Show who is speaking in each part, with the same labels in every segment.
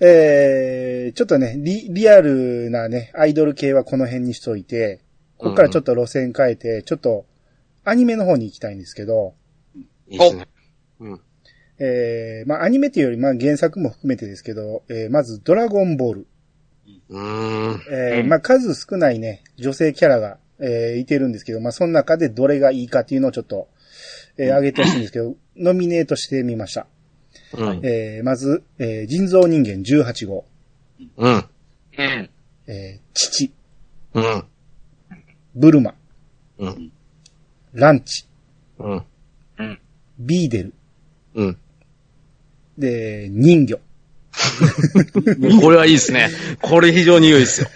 Speaker 1: えー、ちょっとね、リ、リアルなね、アイドル系はこの辺にしといて、ここからちょっと路線変えて、ちょっと、アニメの方に行きたいんですけど、
Speaker 2: いいですね。うん。
Speaker 1: えー、まあアニメというより、まあ原作も含めてですけど、えー、まずドラゴンボール。
Speaker 2: うーん。
Speaker 1: えー
Speaker 3: うん
Speaker 1: まあ数少ないね、女性キャラが、えーいてるんですけど、まあその中でどれがいいかっていうのをちょっと、えー上げてほしいんですけど、ノミネートしてみました。
Speaker 2: うん。
Speaker 1: えーまず、えー人造人間18号、
Speaker 2: うん。
Speaker 3: うん。
Speaker 1: えー父、
Speaker 2: うん。
Speaker 1: ブルマ、
Speaker 2: うん。
Speaker 1: ランチ、
Speaker 2: うん。
Speaker 1: ビーデル、
Speaker 2: うん。
Speaker 1: で、人魚。
Speaker 2: これはいいですね。これ非常に良いですよ。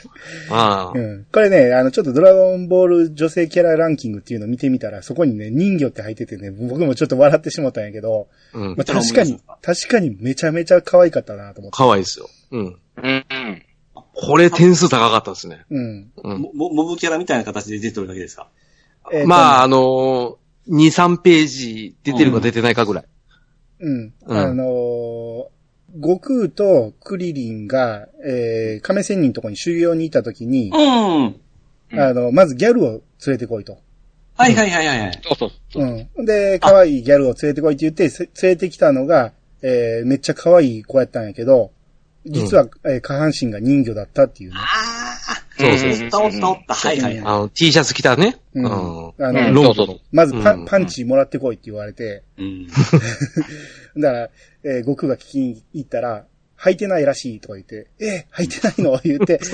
Speaker 2: ああ。
Speaker 1: うん。これね、あの、ちょっとドラゴンボール女性キャラランキングっていうのを見てみたら、そこにね、人魚って入っててね、僕もちょっと笑ってしまったんやけど、
Speaker 2: う
Speaker 1: ま
Speaker 2: ん
Speaker 1: あ、。確かに、確かにめちゃめちゃ可愛かったなと思って。
Speaker 2: かわいいですよ。うん。
Speaker 3: うん。うん。
Speaker 2: これ点数高かったですね。
Speaker 1: うん。
Speaker 2: うん。
Speaker 4: もモモブキャラみたいな形で出てるだけですか
Speaker 1: えーと
Speaker 2: まあ、あのー、2、3ページ出てるか出てないかぐらい。
Speaker 1: うん。
Speaker 2: うん
Speaker 1: あのー悟空とクリリンが、えー、亀仙人のとこに修行に行った時に、
Speaker 4: うん。
Speaker 3: うん
Speaker 1: あの、まずギャルを連れてこいと。
Speaker 4: はいはいはいはい。
Speaker 3: そうそうそうう。
Speaker 1: ん。で、可愛いギャルを連れてこいって言って、せ連れてきたのが、えー、めっちゃ可愛い子やったんやけど、実は、えー下半身が人魚だったっていうね。
Speaker 4: ああ。
Speaker 2: そうそう
Speaker 4: おったおったおった。はいはいは
Speaker 2: あの、T シャツ着たね。
Speaker 1: うん
Speaker 2: うん
Speaker 1: あ
Speaker 3: う
Speaker 1: の、
Speaker 3: ん
Speaker 2: ロン
Speaker 3: そ
Speaker 2: ド
Speaker 3: うそ
Speaker 2: の
Speaker 3: うそ。
Speaker 1: まずパ,、
Speaker 2: うん
Speaker 1: パンチもらってこいって言われて、
Speaker 4: い。うん。
Speaker 1: だから、えー、悟空が聞きに行ったら、履いてないらしいとか言って、えー、履いてない の言って、でち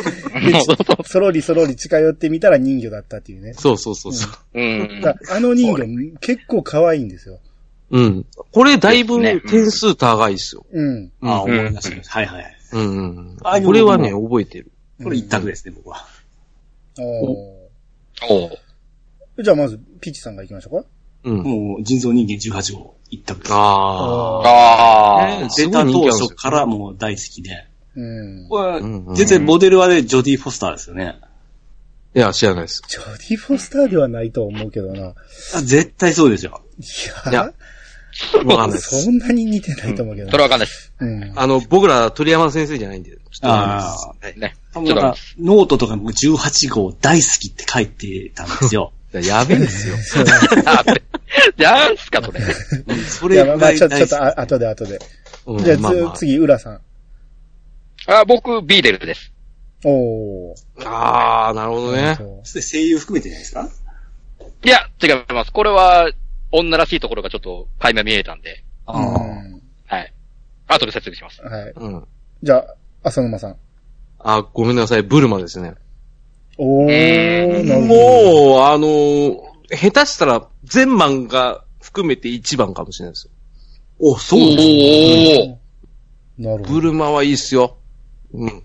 Speaker 1: そろりそろり近寄ってみたら人魚だったっていうね。
Speaker 2: そうそうそうそう。
Speaker 3: うん。
Speaker 1: だからあの人魚、結構可愛いんですよ。
Speaker 2: うん。これだいぶ
Speaker 3: ですね
Speaker 2: 点数高いっすよ。
Speaker 1: うん。
Speaker 4: ああ、
Speaker 2: うん
Speaker 4: 思い出しました。はいはい。
Speaker 2: うん
Speaker 4: あ。
Speaker 2: これはね、覚えてる。
Speaker 4: これ一択ですね、僕は。
Speaker 1: お
Speaker 3: おう
Speaker 1: ーじゃあまず、ピーチさんが行きましょうか。
Speaker 2: うん。
Speaker 4: もう、人造人間18号一択です。
Speaker 2: ああ。
Speaker 3: あ
Speaker 2: ね
Speaker 3: あ。
Speaker 2: す
Speaker 4: 出
Speaker 2: ごい
Speaker 4: た
Speaker 2: 人
Speaker 4: 当
Speaker 2: 気あるんです
Speaker 4: 初
Speaker 2: よ
Speaker 4: からもう大好きで。
Speaker 1: うん。
Speaker 4: これは
Speaker 2: うんうん
Speaker 4: 全然モデルはね、ジョディ・フォスターですよね。
Speaker 2: いや、知らないです。
Speaker 1: ジョディ・フォスターではないと思うけどな。
Speaker 4: あ絶対そうですよ。
Speaker 1: い
Speaker 2: い
Speaker 1: や
Speaker 2: や、わかんないで
Speaker 1: そ
Speaker 2: す。
Speaker 1: んなに似てないと思うけど
Speaker 3: そ
Speaker 1: な。
Speaker 3: れはわかんないです。
Speaker 1: うん。
Speaker 2: あの、僕ら鳥山先生じゃないんで、ちょっとわかんないです。
Speaker 4: あ
Speaker 3: ね。ち
Speaker 4: あ。
Speaker 3: ょ
Speaker 4: なん
Speaker 3: っと
Speaker 4: か、ノートとかも18号大好きって書いてたんですよ。
Speaker 2: やべえです よ。
Speaker 3: あなんすか、それ。
Speaker 4: うんそ
Speaker 1: い
Speaker 4: れ
Speaker 1: や、
Speaker 4: ぐ
Speaker 1: ま
Speaker 4: ら
Speaker 1: あ
Speaker 4: い
Speaker 1: まあ、ちょ
Speaker 4: 大好
Speaker 1: っと、ちょっと、
Speaker 4: き。
Speaker 1: あ後で後で。
Speaker 2: うん
Speaker 1: じゃあ、つ
Speaker 2: まあまあ
Speaker 1: 次、浦さん。
Speaker 3: あ僕、ビーデルです。
Speaker 1: おー。
Speaker 2: あー、なるほどね。
Speaker 1: そう
Speaker 4: それ声優含めてじゃないですか
Speaker 3: いや、違います。これは、女らしいところがちょっと、垣間見えたんで。
Speaker 1: う
Speaker 4: ああ。
Speaker 1: ん。
Speaker 3: はい。後で説明します。
Speaker 1: はい。
Speaker 2: うん。
Speaker 1: じゃあ、浅沼さん。
Speaker 2: あ、ごめんなさい、ブルマですね。
Speaker 1: お
Speaker 3: え
Speaker 1: ー、なるほ
Speaker 2: もう、あのー、下手したら、全漫画含めて一番かもしれないですよ。
Speaker 4: お、そう
Speaker 3: お
Speaker 4: です
Speaker 3: ー。
Speaker 1: ど。なるほど。
Speaker 2: ブルマはいいっすよ。うん。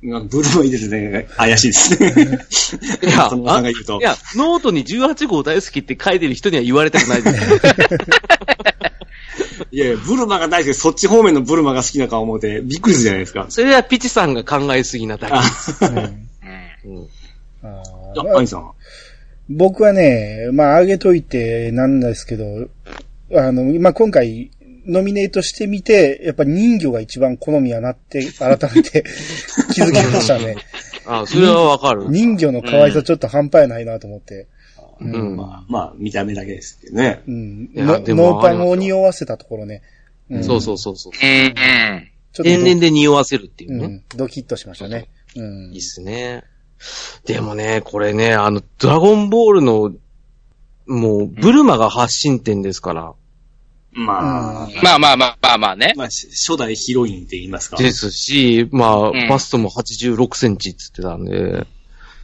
Speaker 4: ブルーはいいですね。怪しいですね。
Speaker 2: い や、
Speaker 4: そのさんが言う
Speaker 2: あ
Speaker 4: と
Speaker 2: いや、ノートに18号大好きって書いてる人には言われたくないです よ。
Speaker 4: いやいや、ブルマが大好きで、そっち方面のブルマが好きな顔思うて、びっくりするじゃないですか。
Speaker 2: それはピチさんが考えすぎなだけ。
Speaker 1: うん
Speaker 3: うん。
Speaker 2: うん
Speaker 1: あ
Speaker 4: あ
Speaker 1: ーまあ
Speaker 4: アイさん。
Speaker 1: 僕はね、まあ、あげといてなんですけど、あの、まあ、今回、ノミネートしてみて、やっぱ人魚が一番好みやなって、改めて 気づきましたね。
Speaker 2: あ、それはわかる。
Speaker 1: 人魚の可愛さちょっと半端やないなと思って。
Speaker 2: うん
Speaker 4: まあ、まあ、見た目だけですけどね。
Speaker 1: うん。
Speaker 2: いや
Speaker 1: の
Speaker 2: でも
Speaker 1: ノーパンを匂わせたところね。ん
Speaker 2: そうそうそうそう。
Speaker 3: うん。
Speaker 1: ちょっと
Speaker 2: 天然で匂わせるっていう
Speaker 1: う
Speaker 2: ね。
Speaker 1: ん、ドキッとしましたね。うん
Speaker 2: いいっ。すね。でもね、これね、あの、ドラゴンボールの、もう、ブルマが発信点ですから。
Speaker 4: まあ、
Speaker 3: まあまあまあまあまあね。
Speaker 4: まあ、し初代ヒロインって言いますか。
Speaker 2: ですし、まあ、
Speaker 3: ん
Speaker 2: バストも86センチって言ってたんで、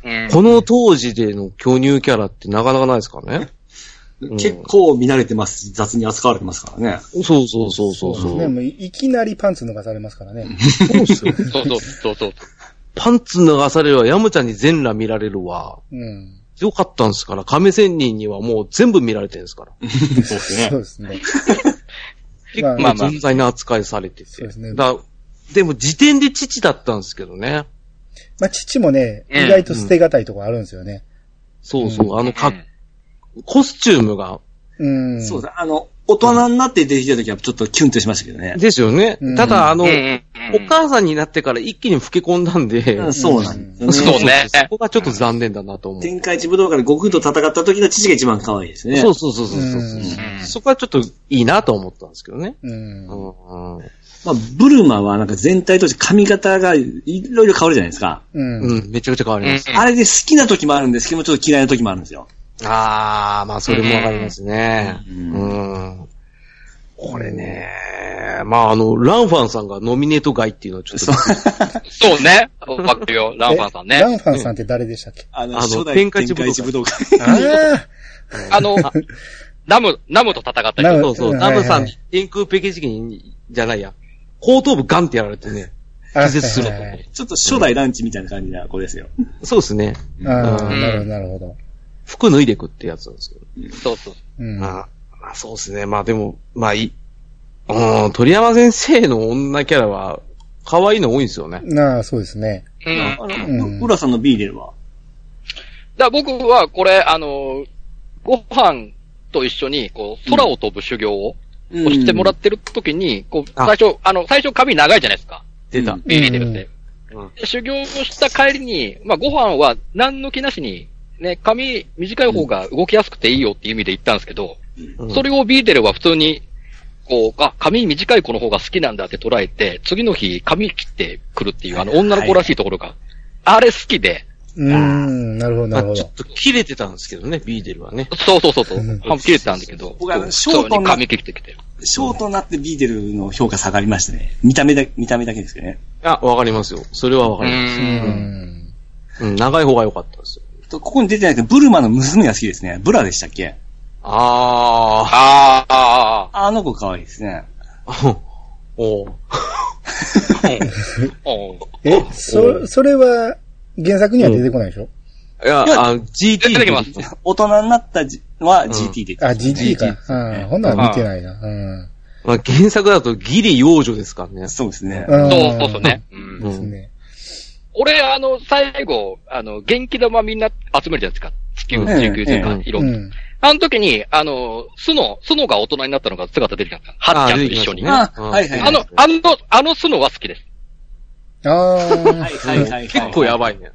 Speaker 3: うん。
Speaker 2: この当時での巨乳キャラってなかなかないですからね。ん
Speaker 4: 結構見慣れてます。雑に扱われてますからね。
Speaker 2: そうそうそうそう
Speaker 1: です
Speaker 2: そ
Speaker 1: ね。
Speaker 2: う。
Speaker 1: もういきなりパンツ脱がされますからね。
Speaker 2: そうっすよ。
Speaker 3: そうそうそうそう。
Speaker 2: パンツ脱がされるわ、ヤムちゃんに全裸見られるわ。
Speaker 1: うん。
Speaker 2: よかったんですから、亀仙人にはもう全部見られてるんですから。
Speaker 4: そうで
Speaker 1: そ
Speaker 4: す
Speaker 1: う
Speaker 4: ね。
Speaker 1: ですね。
Speaker 2: 結
Speaker 1: まあ
Speaker 2: 構
Speaker 1: ま
Speaker 3: あまあ
Speaker 2: 存在な扱いされて
Speaker 1: そう
Speaker 2: て。
Speaker 1: ですね
Speaker 2: だでも時点で父だったんですけどね。
Speaker 1: まあ、父もね、
Speaker 3: うん
Speaker 1: 意外と捨てがたいとこあるんですよね。
Speaker 2: そうそう、あのか、
Speaker 3: うん
Speaker 2: コスチュームが、
Speaker 1: うん。
Speaker 4: そうだ、あの、大人になって出てきた時はちょっとキュンとしましたけどね。
Speaker 2: ですよね
Speaker 1: うん。
Speaker 2: ただ、あの、
Speaker 3: うんう
Speaker 2: お
Speaker 3: んうん
Speaker 2: 母さんになってから一気に老け込んだんで、
Speaker 4: うんそうなんですよね。
Speaker 3: そうね。
Speaker 2: そこがちょっと残念だなと思う。
Speaker 4: 天下一武道から悟空と戦った時の父が一番可愛いですね。
Speaker 2: そうそうそうそうそう
Speaker 1: う
Speaker 3: うん
Speaker 2: そこはちょっといいなと思ったんですけどね。
Speaker 1: うん
Speaker 2: う。んうん
Speaker 4: まあ、ブルマはなんか全体として髪型がいろいろ変わるじゃないですか。
Speaker 1: うん。
Speaker 2: うん、めちゃくちゃ変わります。
Speaker 4: あれで好きな時もあるんですけども、ちょっと嫌いな時もあるんですよ。
Speaker 2: ああ、まあそれもわかりますね。
Speaker 4: う
Speaker 2: うんん。これね、まああの、ランファンさんがノミネート外っていうのはちょっと、
Speaker 3: そうね。わかるよ、ランファンさん
Speaker 1: え
Speaker 3: ね
Speaker 1: ラ。ンファンさんって誰でしたっけ
Speaker 4: あの、
Speaker 2: あの
Speaker 4: 初代
Speaker 2: 天
Speaker 4: 天
Speaker 2: 下
Speaker 4: 下
Speaker 2: 一
Speaker 4: 一
Speaker 2: 武道会
Speaker 4: 武道会。
Speaker 1: ああ
Speaker 3: あの、ナム、ナムと戦ったり
Speaker 1: ナ
Speaker 3: と
Speaker 1: ム
Speaker 3: か。
Speaker 2: そうそうう、
Speaker 1: ん
Speaker 2: ダムさ
Speaker 1: はい
Speaker 2: ん
Speaker 1: はい、
Speaker 2: 天空ペケジキに、じゃないや、後頭部ガンってやられてね、
Speaker 1: あ
Speaker 2: 気絶する
Speaker 1: はいはいはい
Speaker 4: ちょっと初代ランチみたいな感じな子ですよ。
Speaker 2: そうですね。
Speaker 1: ああ、
Speaker 2: うん
Speaker 1: なるほど、なるほど。
Speaker 2: 服脱いでくってやつなんですけど。
Speaker 3: そうそう。
Speaker 1: うん。
Speaker 2: まあ、まあ、そうですね。まあでも、まあいい。うん、鳥山先生の女キャラは、可愛いの多いんですよね。
Speaker 1: なあ、そうですね。
Speaker 3: うん。だ
Speaker 4: あ
Speaker 3: か
Speaker 1: う
Speaker 4: の、
Speaker 1: ん
Speaker 4: う浦さんの B では。
Speaker 3: ら僕は、これ、あの、ご飯と一緒に、こう、空を飛ぶ修行を
Speaker 4: 押
Speaker 3: してもらってる時に、こう、
Speaker 2: あ
Speaker 3: 最初、あの、最初髪長いじゃないですか。
Speaker 2: 出た。
Speaker 4: うん
Speaker 3: ビリビリって
Speaker 2: うん。
Speaker 3: で修行をした帰りに、まあ、ご飯は何の気なしに、ね、髪短い方が動きやすくていいよっていう意味で言ったんですけど、それをビーデルは普通に、こう、あ、髪短い子の方が好きなんだって捉えて、次の日髪切ってくるっていう、あの、女の子らしいところが、あれ好きで、
Speaker 1: うーん、なるほど、
Speaker 2: ま
Speaker 1: なる
Speaker 2: あ
Speaker 1: ほ
Speaker 2: ちょ
Speaker 1: ど
Speaker 2: っ。と切れてたんですけどね、ビーデルはね。
Speaker 3: そうそうそうそう
Speaker 1: うん、
Speaker 3: 髪切れてたんだけど、
Speaker 4: 僕は
Speaker 3: こう
Speaker 4: ショート
Speaker 3: 普通に髪切ってきて。
Speaker 4: ショートになってビーデルの評価下がりましたね。見た目だ、見た目だけですけどね。
Speaker 2: あ、わかりますよ。それはわか
Speaker 3: う。
Speaker 2: りま
Speaker 1: うんん。
Speaker 2: す。うん、長い方が良かったですよ。
Speaker 4: とここに出てないけど、ブルマの娘が好きですね。ブラでしたっけ
Speaker 2: あ
Speaker 3: あーあ
Speaker 4: あの子可愛いですね。
Speaker 2: あ。 おう
Speaker 3: ー、おう
Speaker 1: え、そ、それは、原作には出てこないでしょ
Speaker 2: いや、
Speaker 4: いや
Speaker 2: あの GT
Speaker 3: 出てきま
Speaker 2: の
Speaker 3: す
Speaker 4: 大人になったじは GT で。
Speaker 1: あ、GT か
Speaker 4: GT です。
Speaker 1: うん。ほんなら見てないな。うん。
Speaker 2: まあ、原作だとギリ幼女ですからね。
Speaker 4: そうですね。
Speaker 1: うん
Speaker 3: そうそうそうね。。うん
Speaker 1: ですね。
Speaker 3: 俺、あの、最後、あの、元気玉みんな集めるじゃないですか。地球、
Speaker 2: うん
Speaker 3: 地球という
Speaker 2: う
Speaker 3: か
Speaker 2: ん、
Speaker 3: いうろんな。
Speaker 1: ん。
Speaker 3: あの時に、あの、スノ、スノが大人になったのが姿出てきたんですよ。はっちゃんと一緒に。
Speaker 2: あ
Speaker 3: あ
Speaker 2: 出てきましたね
Speaker 4: あはいはい
Speaker 3: の、あの、あのスノは好きです。
Speaker 1: ああ
Speaker 4: はい。はいはいはい。
Speaker 2: 結構やばいね。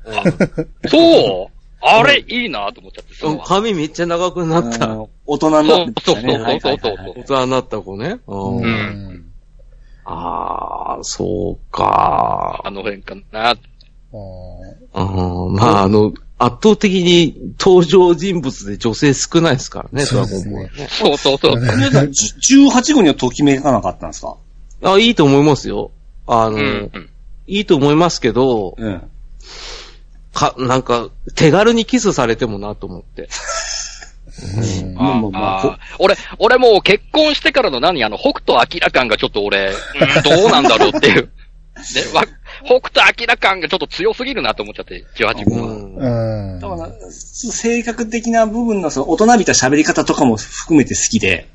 Speaker 3: そうあれ、いいなと思っちゃって、ス
Speaker 2: う
Speaker 3: ノ
Speaker 2: ん、
Speaker 3: は。
Speaker 2: 髪めっちゃ長くなった。
Speaker 4: うん大人になってきたね。
Speaker 3: そうそうそうそう
Speaker 4: はいはいはい
Speaker 2: 大人になった子ね。うん
Speaker 3: うん
Speaker 2: ああ、そうか
Speaker 3: あ。の辺かな。
Speaker 1: あ
Speaker 2: うんまあ、あの、圧倒的に登場人物で女性少ないですからね、
Speaker 1: そうですね
Speaker 2: ドラゴンボールね
Speaker 3: そうそうそう。
Speaker 4: 皆さんじゅ18号にはときめかなかったんですか
Speaker 2: あ、いいと思いますよ。あの、
Speaker 3: うん。
Speaker 2: いいと思いますけど、
Speaker 4: うん。
Speaker 2: か、なんか、手軽にキスされてもなと思って。
Speaker 1: ーうん
Speaker 4: まあまあまあ
Speaker 3: あー俺、俺もう結婚してからの何あの、北斗明感がちょっと俺、うんどうなんだろうっていう。で、わ、北斗明感がちょっと強すぎるなと思っちゃって、18
Speaker 2: う
Speaker 3: 号は。
Speaker 2: ん。
Speaker 1: うん。
Speaker 4: だから、性格的な部分の、その、大人びた喋り方とかも含めて好きで。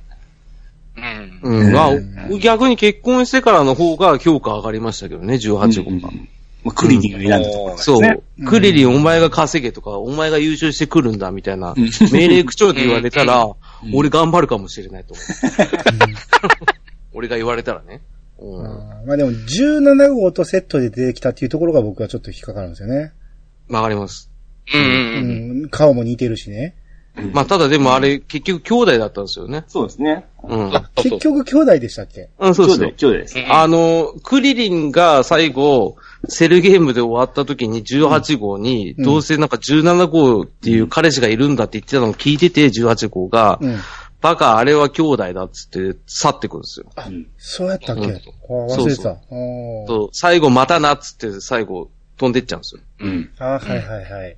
Speaker 3: うん。
Speaker 2: うん、まあ
Speaker 1: う、
Speaker 2: 逆に結婚してからの方が評価上がりましたけどね、18
Speaker 4: うん
Speaker 2: 号が。
Speaker 4: まあ、クリリンが選んだところ。
Speaker 2: そう
Speaker 4: ね。
Speaker 2: クリリンお前が稼げとか、お前が優勝してくるんだみたいな、命令口調で言われたら、俺頑張るかもしれない と思う。俺が言われたらね。うん。
Speaker 1: あーまあでも、17号とセットで出てきたっていうところが僕はちょっと引っかかるんですよね。
Speaker 2: わかります。
Speaker 3: うん
Speaker 1: う
Speaker 3: うん。
Speaker 1: ん。顔も似てるしね。
Speaker 2: まあ、ただでもあれ、結局兄弟だったんですよね。
Speaker 4: そうですね。
Speaker 2: うん。
Speaker 3: そうそ
Speaker 1: 結
Speaker 3: う。
Speaker 1: 局兄弟でしたっけ
Speaker 2: うん、そう
Speaker 4: 今
Speaker 2: で
Speaker 4: 日
Speaker 2: す
Speaker 4: で
Speaker 2: よ、。
Speaker 4: 今日です。
Speaker 2: あの、クリリンが最後、セルゲームで終わった時に18号に、
Speaker 1: うん
Speaker 2: どうせなんか17号っていう彼氏がいるんだって言ってたのを聞いてて、18号が、
Speaker 1: うん。
Speaker 2: バカ、あれは兄弟だっつって去ってくんですよ。
Speaker 1: そうやったっけあ
Speaker 3: そ
Speaker 1: ー忘
Speaker 3: うそう
Speaker 1: れてた。
Speaker 2: そう
Speaker 1: おー
Speaker 2: と最後またなっつって最後飛んでっちゃうんですよ。
Speaker 4: うん。
Speaker 1: あーはいはいはい。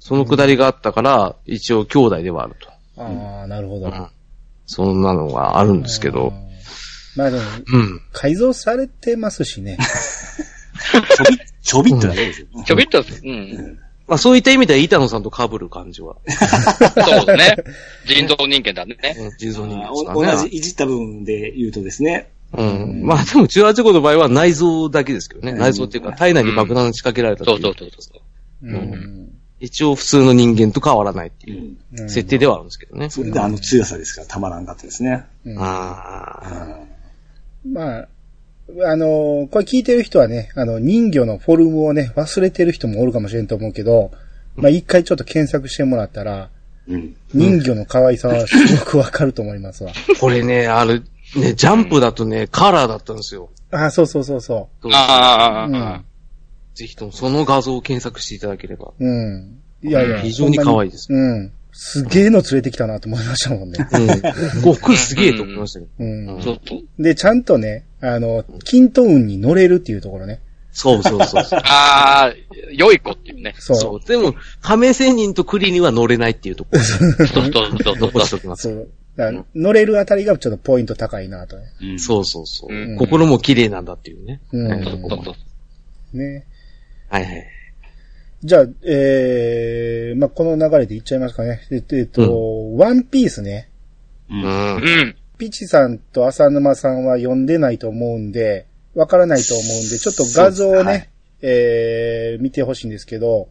Speaker 2: そのくだりがあったから、一応兄弟ではあると。
Speaker 1: ああ、なるほど。
Speaker 2: うんそんなのがあるんですけど。
Speaker 1: まあでも、
Speaker 2: うん。
Speaker 1: 改造されてますしね。
Speaker 4: ちょび、ちょびっとだけですよ。
Speaker 3: ちょびっとです、うん。
Speaker 2: まあそういった意味では板野さんと被る感じは。
Speaker 3: そうですね。人造人間だね。
Speaker 2: うん人造人間です
Speaker 4: あ
Speaker 2: か
Speaker 4: お
Speaker 2: ら
Speaker 4: 同
Speaker 2: ね。
Speaker 4: じいじった部分で言うとですね。
Speaker 2: うん。まあでも18号の場合は内臓だけですけどね。内臓っていうか体内に爆弾仕掛けられた
Speaker 3: そうそうそううそう。
Speaker 1: うん。
Speaker 2: 一応普通の人間と変わらないって
Speaker 4: う
Speaker 2: い
Speaker 4: ん。
Speaker 1: うん
Speaker 2: う設定ではあるんですけどね。
Speaker 4: それであの強さですから、たまらんかったですね。
Speaker 1: うん
Speaker 2: ああ。
Speaker 1: まあ、あのーこれ聞いてる人はね、あの、人魚のフォルムをね、忘れてる人もおるかもしれんと思うけど、まあ一回ちょっと検索してもらったら、
Speaker 4: うん。
Speaker 1: 人魚の可愛さはすごくわかると思いますわ。
Speaker 2: これね、あれ、ね、ジャンプだとね、カラーだったんですよ。
Speaker 1: ああ、そうそうそうそ
Speaker 2: どう
Speaker 3: あ
Speaker 1: うん
Speaker 3: あ、
Speaker 2: ぜひともその画像を検索していただけれ ば。
Speaker 1: う。うん。いやいや。
Speaker 2: 非常に可愛い
Speaker 1: で
Speaker 2: です。
Speaker 1: す。うん。すげえの連れてきたなと思いましたも んね。
Speaker 2: うん。悟空すげえと思いましたけど。
Speaker 1: うん。
Speaker 3: ちょっと、
Speaker 1: で、ちゃんとね、あの、均等運に乗れるっていうところね。
Speaker 2: そうそうそうそう。
Speaker 3: ああ、良い子っていうね。
Speaker 1: そう。
Speaker 2: そ。
Speaker 1: そう
Speaker 2: でも、亀仙人と栗には乗れないっていうところ
Speaker 3: そうそうそうそう。
Speaker 2: 残しておきま
Speaker 1: う。
Speaker 2: す。
Speaker 1: だから乗れるあたりがちょっとポイント高いなとね。
Speaker 4: うん
Speaker 2: そうそうそう。
Speaker 3: うん
Speaker 2: 心も綺麗なんだっていうね。
Speaker 1: うん
Speaker 2: はいそこも
Speaker 1: ね。
Speaker 2: はいはい。
Speaker 1: じゃあ、えー、まあ、この流れでいっちゃいますかね。えっと、えっとワンピースね。
Speaker 4: うん
Speaker 2: うん。
Speaker 3: うん。
Speaker 1: ピチさんと浅沼さんは読んでないと思うんで、わからないと思うんで、ちょっと画像をね、
Speaker 4: そうですはい
Speaker 1: えー、見てほしいんですけど、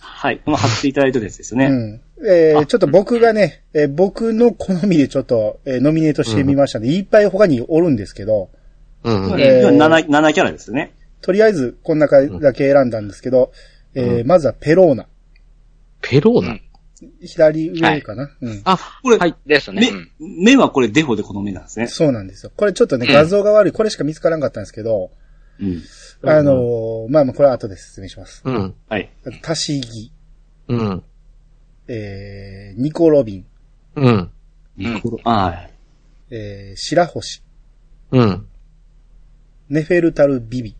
Speaker 4: はい。この貼っていただいたやつですよ
Speaker 1: う
Speaker 4: ね。
Speaker 1: ん。えー、
Speaker 4: あ
Speaker 1: ちょっと僕がね、えー僕の好みでちょっと、えーノミネートしてみましたんで、いっぱい他におるんですけど、
Speaker 2: うん
Speaker 4: う
Speaker 2: うんん。
Speaker 1: えー
Speaker 4: 七7キャラですよね。
Speaker 1: とりあえず、こんなだけ選んだんですけど、えーまずはペローナ。
Speaker 2: ペローナ。
Speaker 1: 左上かな、うん。
Speaker 2: あ、これ、はい。
Speaker 3: ですね
Speaker 4: 目。、目はこれデフォでこの目なんですね。
Speaker 1: そうなんですよ。これちょっとね、
Speaker 3: うん
Speaker 1: 画像が悪い。これしか見つからんかったんですけど、
Speaker 4: うん。
Speaker 1: あのーまあまあ、これは後で説明します。
Speaker 2: うん。
Speaker 4: はい。
Speaker 1: 足し木、
Speaker 2: うん。
Speaker 1: えー、ニコロビン、
Speaker 2: うん。
Speaker 3: うん
Speaker 4: これはい。
Speaker 1: えー、白星、
Speaker 2: うん。
Speaker 1: ネフェルタルビビ、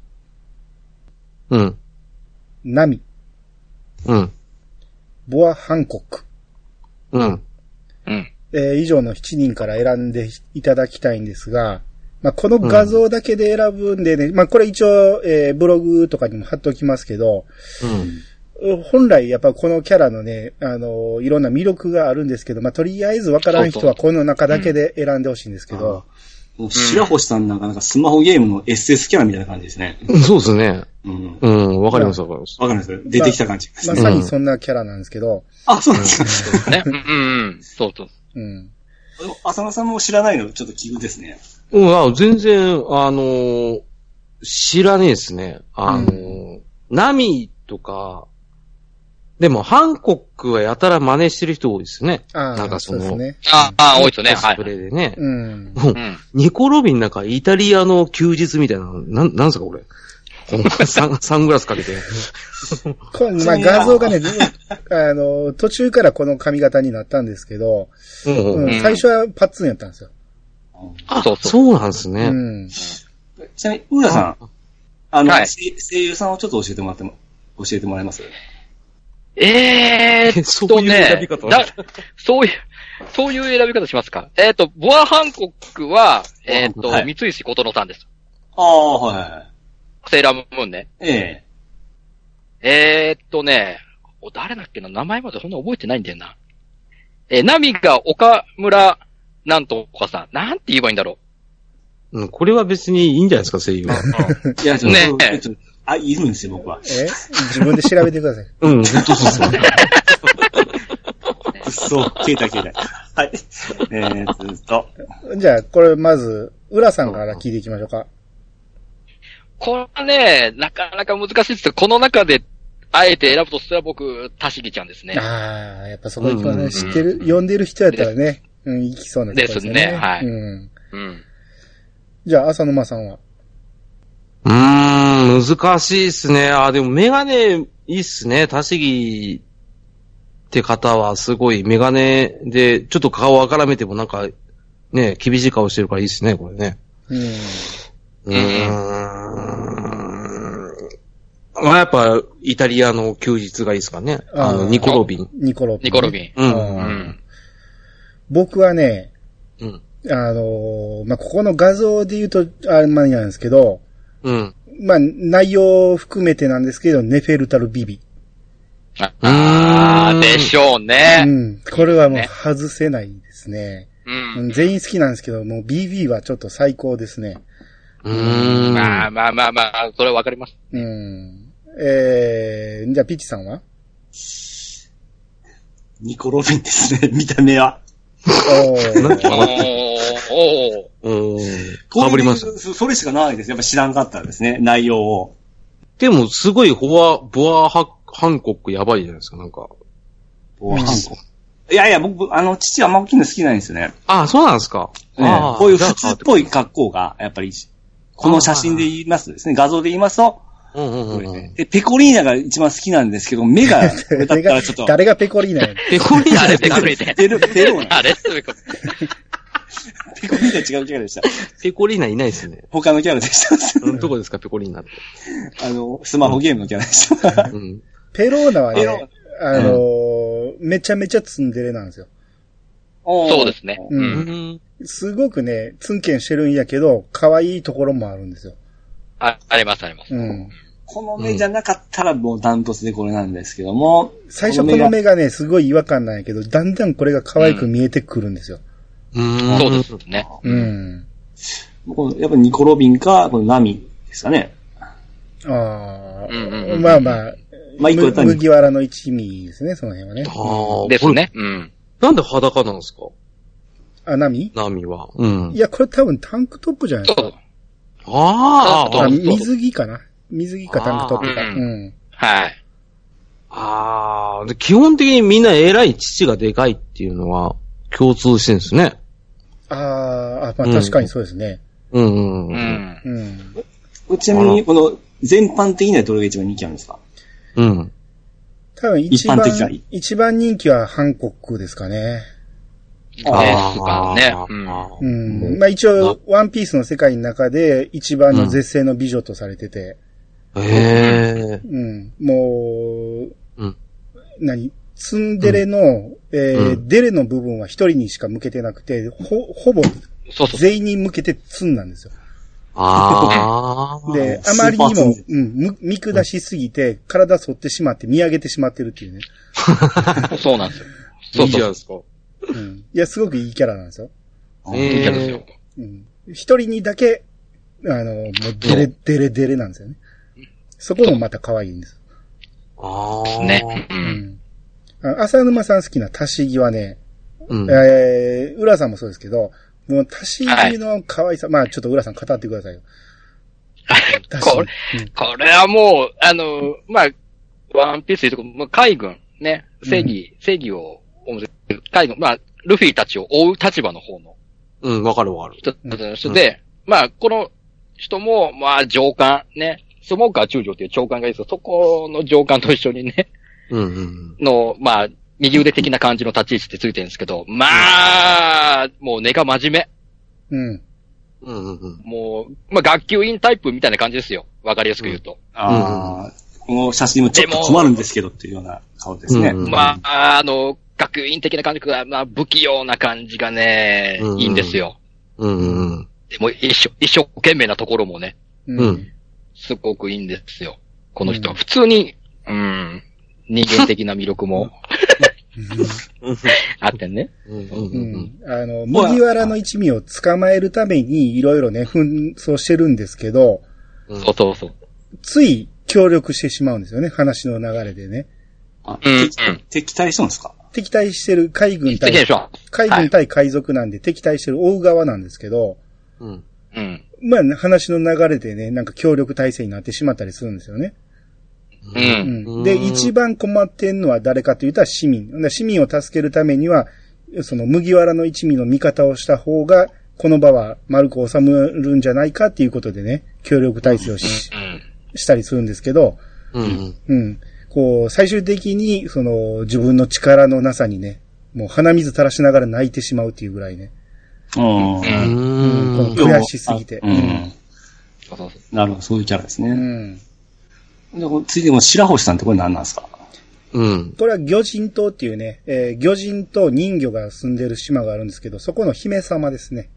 Speaker 2: うん。
Speaker 1: ナミ、
Speaker 2: うん。
Speaker 1: ボア・ハンコック。
Speaker 2: うん。
Speaker 3: うん。
Speaker 1: えー以上の7人から選んでいただきたいんですが、まあ、この画像だけで選ぶんでね、まあ、これ一応、えーブログとかにも貼っておきますけど、
Speaker 2: うん。
Speaker 1: う本来やっぱこのキャラのね、あのーいろんな魅力があるんですけど、まあ、とりあえずわからん人はこの中だけで選んでほしいんですけど、
Speaker 4: もう白星さんなんかなんかスマホゲームの SS キャラみたいな感じですね。
Speaker 2: そうですね。
Speaker 4: うん。
Speaker 2: うん。わかりますわかります。
Speaker 4: わかります出てきた感じ。
Speaker 1: まさにそんなキャラなんですけど、
Speaker 4: あ、そうなんですか。
Speaker 3: ね。うんうん。そうそう。
Speaker 1: うん。
Speaker 4: でも浅野さんも知らないのちょっと奇遇ですね。
Speaker 2: うん、あ全然、あのー知らねえですね。あのーナミとか、でも、ハンコックはやたら真似してる人多いですね。
Speaker 1: あ
Speaker 2: な
Speaker 1: あ
Speaker 2: んかそ
Speaker 1: そう
Speaker 2: の
Speaker 1: ですね。
Speaker 3: ああ、多いですね。
Speaker 2: コ
Speaker 3: は
Speaker 2: ス
Speaker 3: い
Speaker 2: プ。レでね。
Speaker 1: うん。
Speaker 2: もう
Speaker 3: うん。
Speaker 2: ニコロビンなんかイタリアの休日みたいな、なん、なんすかこれ。 このサンサングラスかけて。
Speaker 1: こ れまあ、画像がね、あのー途中からこの髪型になったんですけど、
Speaker 2: うんうん
Speaker 1: うん、最初はパッツンやったんですよ。
Speaker 3: そうそう。
Speaker 2: そうなんです
Speaker 1: う
Speaker 2: ね。
Speaker 1: ん。
Speaker 4: ちなみに、浦さん、あの、
Speaker 3: はい
Speaker 4: 声声優さんをちょっと教えてもらっても、教えてもらえます
Speaker 3: えー
Speaker 2: そ
Speaker 3: っ
Speaker 2: う
Speaker 3: と
Speaker 2: いう選
Speaker 3: ね
Speaker 2: び、方
Speaker 3: だそういう、そういう選び方しますか。えーっと、ボア・ハンコックは、えーっと、
Speaker 4: はい
Speaker 3: 三石琴乃さんです。
Speaker 4: ああ、はいはいはい。
Speaker 3: セーラームーンね。
Speaker 4: ええ。
Speaker 3: えーっとね、お誰だっけな名前までそんな覚えてないんだよな。えー、ナミが岡村なんとかさん。なんて言えばいいんだろ
Speaker 2: うん、これは別にいいんじゃないですか、声優は。
Speaker 3: う。
Speaker 4: いや、ちょっと、
Speaker 3: ねえ
Speaker 4: ちょっとあ、いるんですよ、僕は。
Speaker 1: え自分で調べてください。
Speaker 2: うん、本当そうですね。
Speaker 4: くっそ、消えた消えた。はい。えー、ずっと。
Speaker 1: じゃあ、これまず、浦さんから聞いていきましょうか。
Speaker 3: これはね、なかなか難しいですけど、この中で、あえて選ぶとしたら僕、たしぎちゃんですね。
Speaker 1: ああ、やっぱそこ行きます
Speaker 2: うんうんう
Speaker 1: ね。
Speaker 2: ん
Speaker 1: 知ってる、読んでる人やったらね、うん、行きそうなとこですよね。
Speaker 3: ですねはい
Speaker 1: うん。
Speaker 3: うん。
Speaker 1: じゃあ、浅沼さんは。
Speaker 2: うーん、難しいっすね。あ、でもメガネいいっすね。たしぎって方はすごいメガネで、ちょっと顔をあからめてもなんか、ね、厳しい顔してるからいいっすね、これね。
Speaker 1: うん。
Speaker 2: うーん。まあやっぱ、イタリアの休日がいいっすかね。
Speaker 1: あー
Speaker 2: あの、ニコロビン。
Speaker 1: ニコロビン。
Speaker 3: ニコロビン。
Speaker 2: う
Speaker 1: うん
Speaker 2: ん。
Speaker 3: うん。
Speaker 1: 僕はね、
Speaker 2: うん。
Speaker 1: あのーまあ、ここの画像で言うと、あんまりなんですけど、
Speaker 2: うん。
Speaker 1: まあ、内容を含めてなんですけど、ネフェルタルビビ。
Speaker 3: あ
Speaker 2: うーん
Speaker 3: ー、でしょう
Speaker 1: う
Speaker 3: ね。
Speaker 1: ん。これはもう
Speaker 3: ね
Speaker 1: 外せないですね。
Speaker 3: う。
Speaker 1: うんん、全員好きなんですけど、もう BB はちょっと最高ですね。
Speaker 2: うーん。
Speaker 3: まあまあまあまあ、それはわかります。
Speaker 1: うん。えー、じゃあ、ピッチさんは
Speaker 4: ニコ・ロビンですね、見た目は。
Speaker 1: おー
Speaker 3: おーお
Speaker 2: う
Speaker 3: ー
Speaker 2: ん。かぶりました。
Speaker 4: た。そそれしかないです。やっぱ知らんかったですね、内容を。
Speaker 2: でも、すごい、ホワ、ボアハ、ハンコックやばいじゃないですか、なんか。
Speaker 4: おいやいや、僕、あの、父はあんま大きいの好きなんですよね。
Speaker 2: あ、そうなんですか。
Speaker 4: ね
Speaker 2: あー
Speaker 4: こういう普通っぽい格好が、やっぱり、この写真で言いますとですね、画像で言いますと、
Speaker 2: うんうんうんうん。
Speaker 4: で、ペコリーナが一番好きなんですけど、目が、これだったらちょっと、
Speaker 1: 誰がペコリーナやねん
Speaker 2: ペコリーナで
Speaker 3: 誰ペ
Speaker 2: ペ
Speaker 3: コ
Speaker 2: コリ
Speaker 3: リーナ
Speaker 4: ペロ、ペロな。
Speaker 3: あれそういうこと
Speaker 4: ペコリーナ違うキャラでした。
Speaker 2: ペコリーナいないですね。
Speaker 4: 他のキャラでした。
Speaker 2: どこですか、ペコリーナって。
Speaker 4: あの、スマホゲームのキャラでした。
Speaker 2: うん。
Speaker 1: ペローナは
Speaker 4: ペロー
Speaker 1: ね、あのーめちゃめちゃツンデレなんですよ。
Speaker 3: そうですね。
Speaker 1: う
Speaker 3: うんん。
Speaker 2: うん
Speaker 1: すごくね、ツンケンしてるんやけど、可愛いところもあるんですよ。
Speaker 3: ああります、あります。
Speaker 1: うん。
Speaker 4: この目じゃなかったらもうダントツでこれなんですけども。
Speaker 1: 最初この目がね、すごい違和感なんやけど、だんだんこれが可愛く見えてくるんですよ。
Speaker 2: うん。
Speaker 3: そうですね。
Speaker 1: うん。
Speaker 4: このやっぱニコロビンか、このナミですかね。
Speaker 1: あ
Speaker 3: うんうん
Speaker 1: あ、
Speaker 3: うん
Speaker 1: まあまあ、
Speaker 4: まあ一個やったら
Speaker 1: む麦わらの一味ですね、その辺はね
Speaker 2: あ。あ。
Speaker 3: です
Speaker 2: これ。
Speaker 3: ね。うん。
Speaker 2: なんで裸なんですか
Speaker 1: あ、ナミ
Speaker 2: ナミは。うん
Speaker 1: い。や、これ多分タンクトップじゃない
Speaker 3: そ
Speaker 1: で
Speaker 3: う
Speaker 1: す
Speaker 3: そう
Speaker 1: か。。
Speaker 2: あ
Speaker 3: そう
Speaker 1: あ
Speaker 2: あ。
Speaker 1: 水着かな水着かタンクトップか。
Speaker 3: あー
Speaker 1: うん。
Speaker 3: はい。
Speaker 2: ああ。で基本的にみんな偉い父がでかいっていうのは共通してるんですね。
Speaker 1: あーあ、まあ確かにそうですね。
Speaker 2: うんう
Speaker 3: うんん。
Speaker 1: うん。
Speaker 4: ちなみに、この全般的にはどれが一番人気あるんですか
Speaker 2: うん。うん。
Speaker 1: 多分一
Speaker 4: 一般的な
Speaker 1: 番、一番人気はハンコックですかね。
Speaker 3: です
Speaker 2: あ
Speaker 3: か
Speaker 2: あ。
Speaker 3: ね。
Speaker 2: あ
Speaker 3: うん。
Speaker 2: あ
Speaker 1: うん。まあ一応、ワンピースの世界の中で一番の絶世の美女とされてて、
Speaker 2: へえ。
Speaker 1: うん。もう、
Speaker 2: うん。
Speaker 1: 何ツンデレの、えー
Speaker 2: うん
Speaker 1: デレの部分は一人にしか向けてなくて、ほ、ほぼ
Speaker 3: そうそう。
Speaker 1: 全員に向けてツンなんですよ。
Speaker 2: ああ。
Speaker 1: で、あまりに
Speaker 4: スーパ
Speaker 1: も
Speaker 4: ーツ、
Speaker 1: うん、む見下しすぎて、体反ってしまって見上げてしまってるっていうね。
Speaker 3: そうなんですよ。
Speaker 2: い
Speaker 3: そう
Speaker 2: いじゃない
Speaker 3: そ
Speaker 2: ですか。
Speaker 1: うん。いや、すごくいいキャラなんですよ。
Speaker 2: え
Speaker 3: う。いいキャラですよ。
Speaker 1: うん。一人にだけ、あの、もうデレ、デレデレなんですよね。そこもまた可愛いんです。
Speaker 2: ああ。
Speaker 3: ね。う。
Speaker 1: うんん。あ浅沼さん好きな足し木はね、
Speaker 2: うん。
Speaker 1: えー、浦さんもそうですけど、もう足し木の可愛さ、まあちょっと浦さん語ってくださいよ。足し
Speaker 3: これ、これはもう、あの、まあ、ワンピースでいうとこ、まあ、海軍、ね、正義、正義を、海軍、まあ、木ルフィたちを追う立場の方の
Speaker 2: うん、わかるわかる。
Speaker 3: 人たちの人で、まあ、この人も、まあ、上官、ね、スモーカー中将っていう長官がいるんですけど、そこの上官と一緒にね、
Speaker 2: うんうんうん。
Speaker 3: の、まあ、右腕的な感じの立ち位置ってついてるんですけど、まあ、もう根が真面
Speaker 1: うん。うん。
Speaker 2: うんうんうん。
Speaker 3: 目。もう、まあ、学級委員タイプみたいな感じですよ。わかりやすく言うと。
Speaker 4: ああ、この写真もちょっと困るんですけどっていうような顔ですね。
Speaker 2: うん
Speaker 3: まあ、あの、学院的な感じが、まあ、不器用な感じがね、
Speaker 2: うん
Speaker 3: いいんですよ。
Speaker 2: うんうんうん。
Speaker 3: でも、一生、一生懸命なところもね、
Speaker 1: う
Speaker 2: うんん。
Speaker 3: すごくいいんですよ。この人
Speaker 1: う
Speaker 3: は。
Speaker 1: ん
Speaker 3: 普通に、うん、人間的な魅力もあってね。
Speaker 2: うんう
Speaker 1: うんんあの、麦わらの一味を捕まえるためにいろいろね、紛争してるんですけど、
Speaker 2: うん。
Speaker 3: そうそうそう。
Speaker 1: つい協力してしまうんですよね、話の流れでね。
Speaker 4: あ
Speaker 3: うんうん
Speaker 4: 敵敵対したんですか
Speaker 1: 敵対してる海軍
Speaker 3: できるで
Speaker 1: 対、
Speaker 3: しょ。
Speaker 1: 海軍対海賊なんで敵対してる追う側なんですけど、
Speaker 2: うん。
Speaker 3: うん。
Speaker 1: まあ、話の流れでね、なんか協力体制になってしまったりするんですよね。
Speaker 3: う。
Speaker 1: うんん。で、
Speaker 2: うん
Speaker 1: 一番困ってんのは誰かというと市民。だから市民を助けるためには、その麦わらの一味の味方をした方が、この場は丸く収めるんじゃないかっていうことでね、協力体制をし
Speaker 3: うん。
Speaker 1: したりするんですけど、
Speaker 2: うん。
Speaker 1: うん。こう、最終的に、その、自分の力のなさにね、もう鼻水垂らしながら泣いてしまうっていうぐらいね。
Speaker 4: う
Speaker 2: う
Speaker 4: ん
Speaker 3: うん。
Speaker 2: ん。
Speaker 1: うん悔しすぎて
Speaker 4: あうん。
Speaker 3: そうそうそう
Speaker 4: なるほど、そういうキャラです
Speaker 1: う
Speaker 4: ね。
Speaker 1: ん。
Speaker 4: でこうついでも、白星さんってこれ何なんですか
Speaker 2: うん。
Speaker 1: これは魚人島っていうね、えー魚人と人魚が住んでる島があるんですけど、そこの姫様ですね。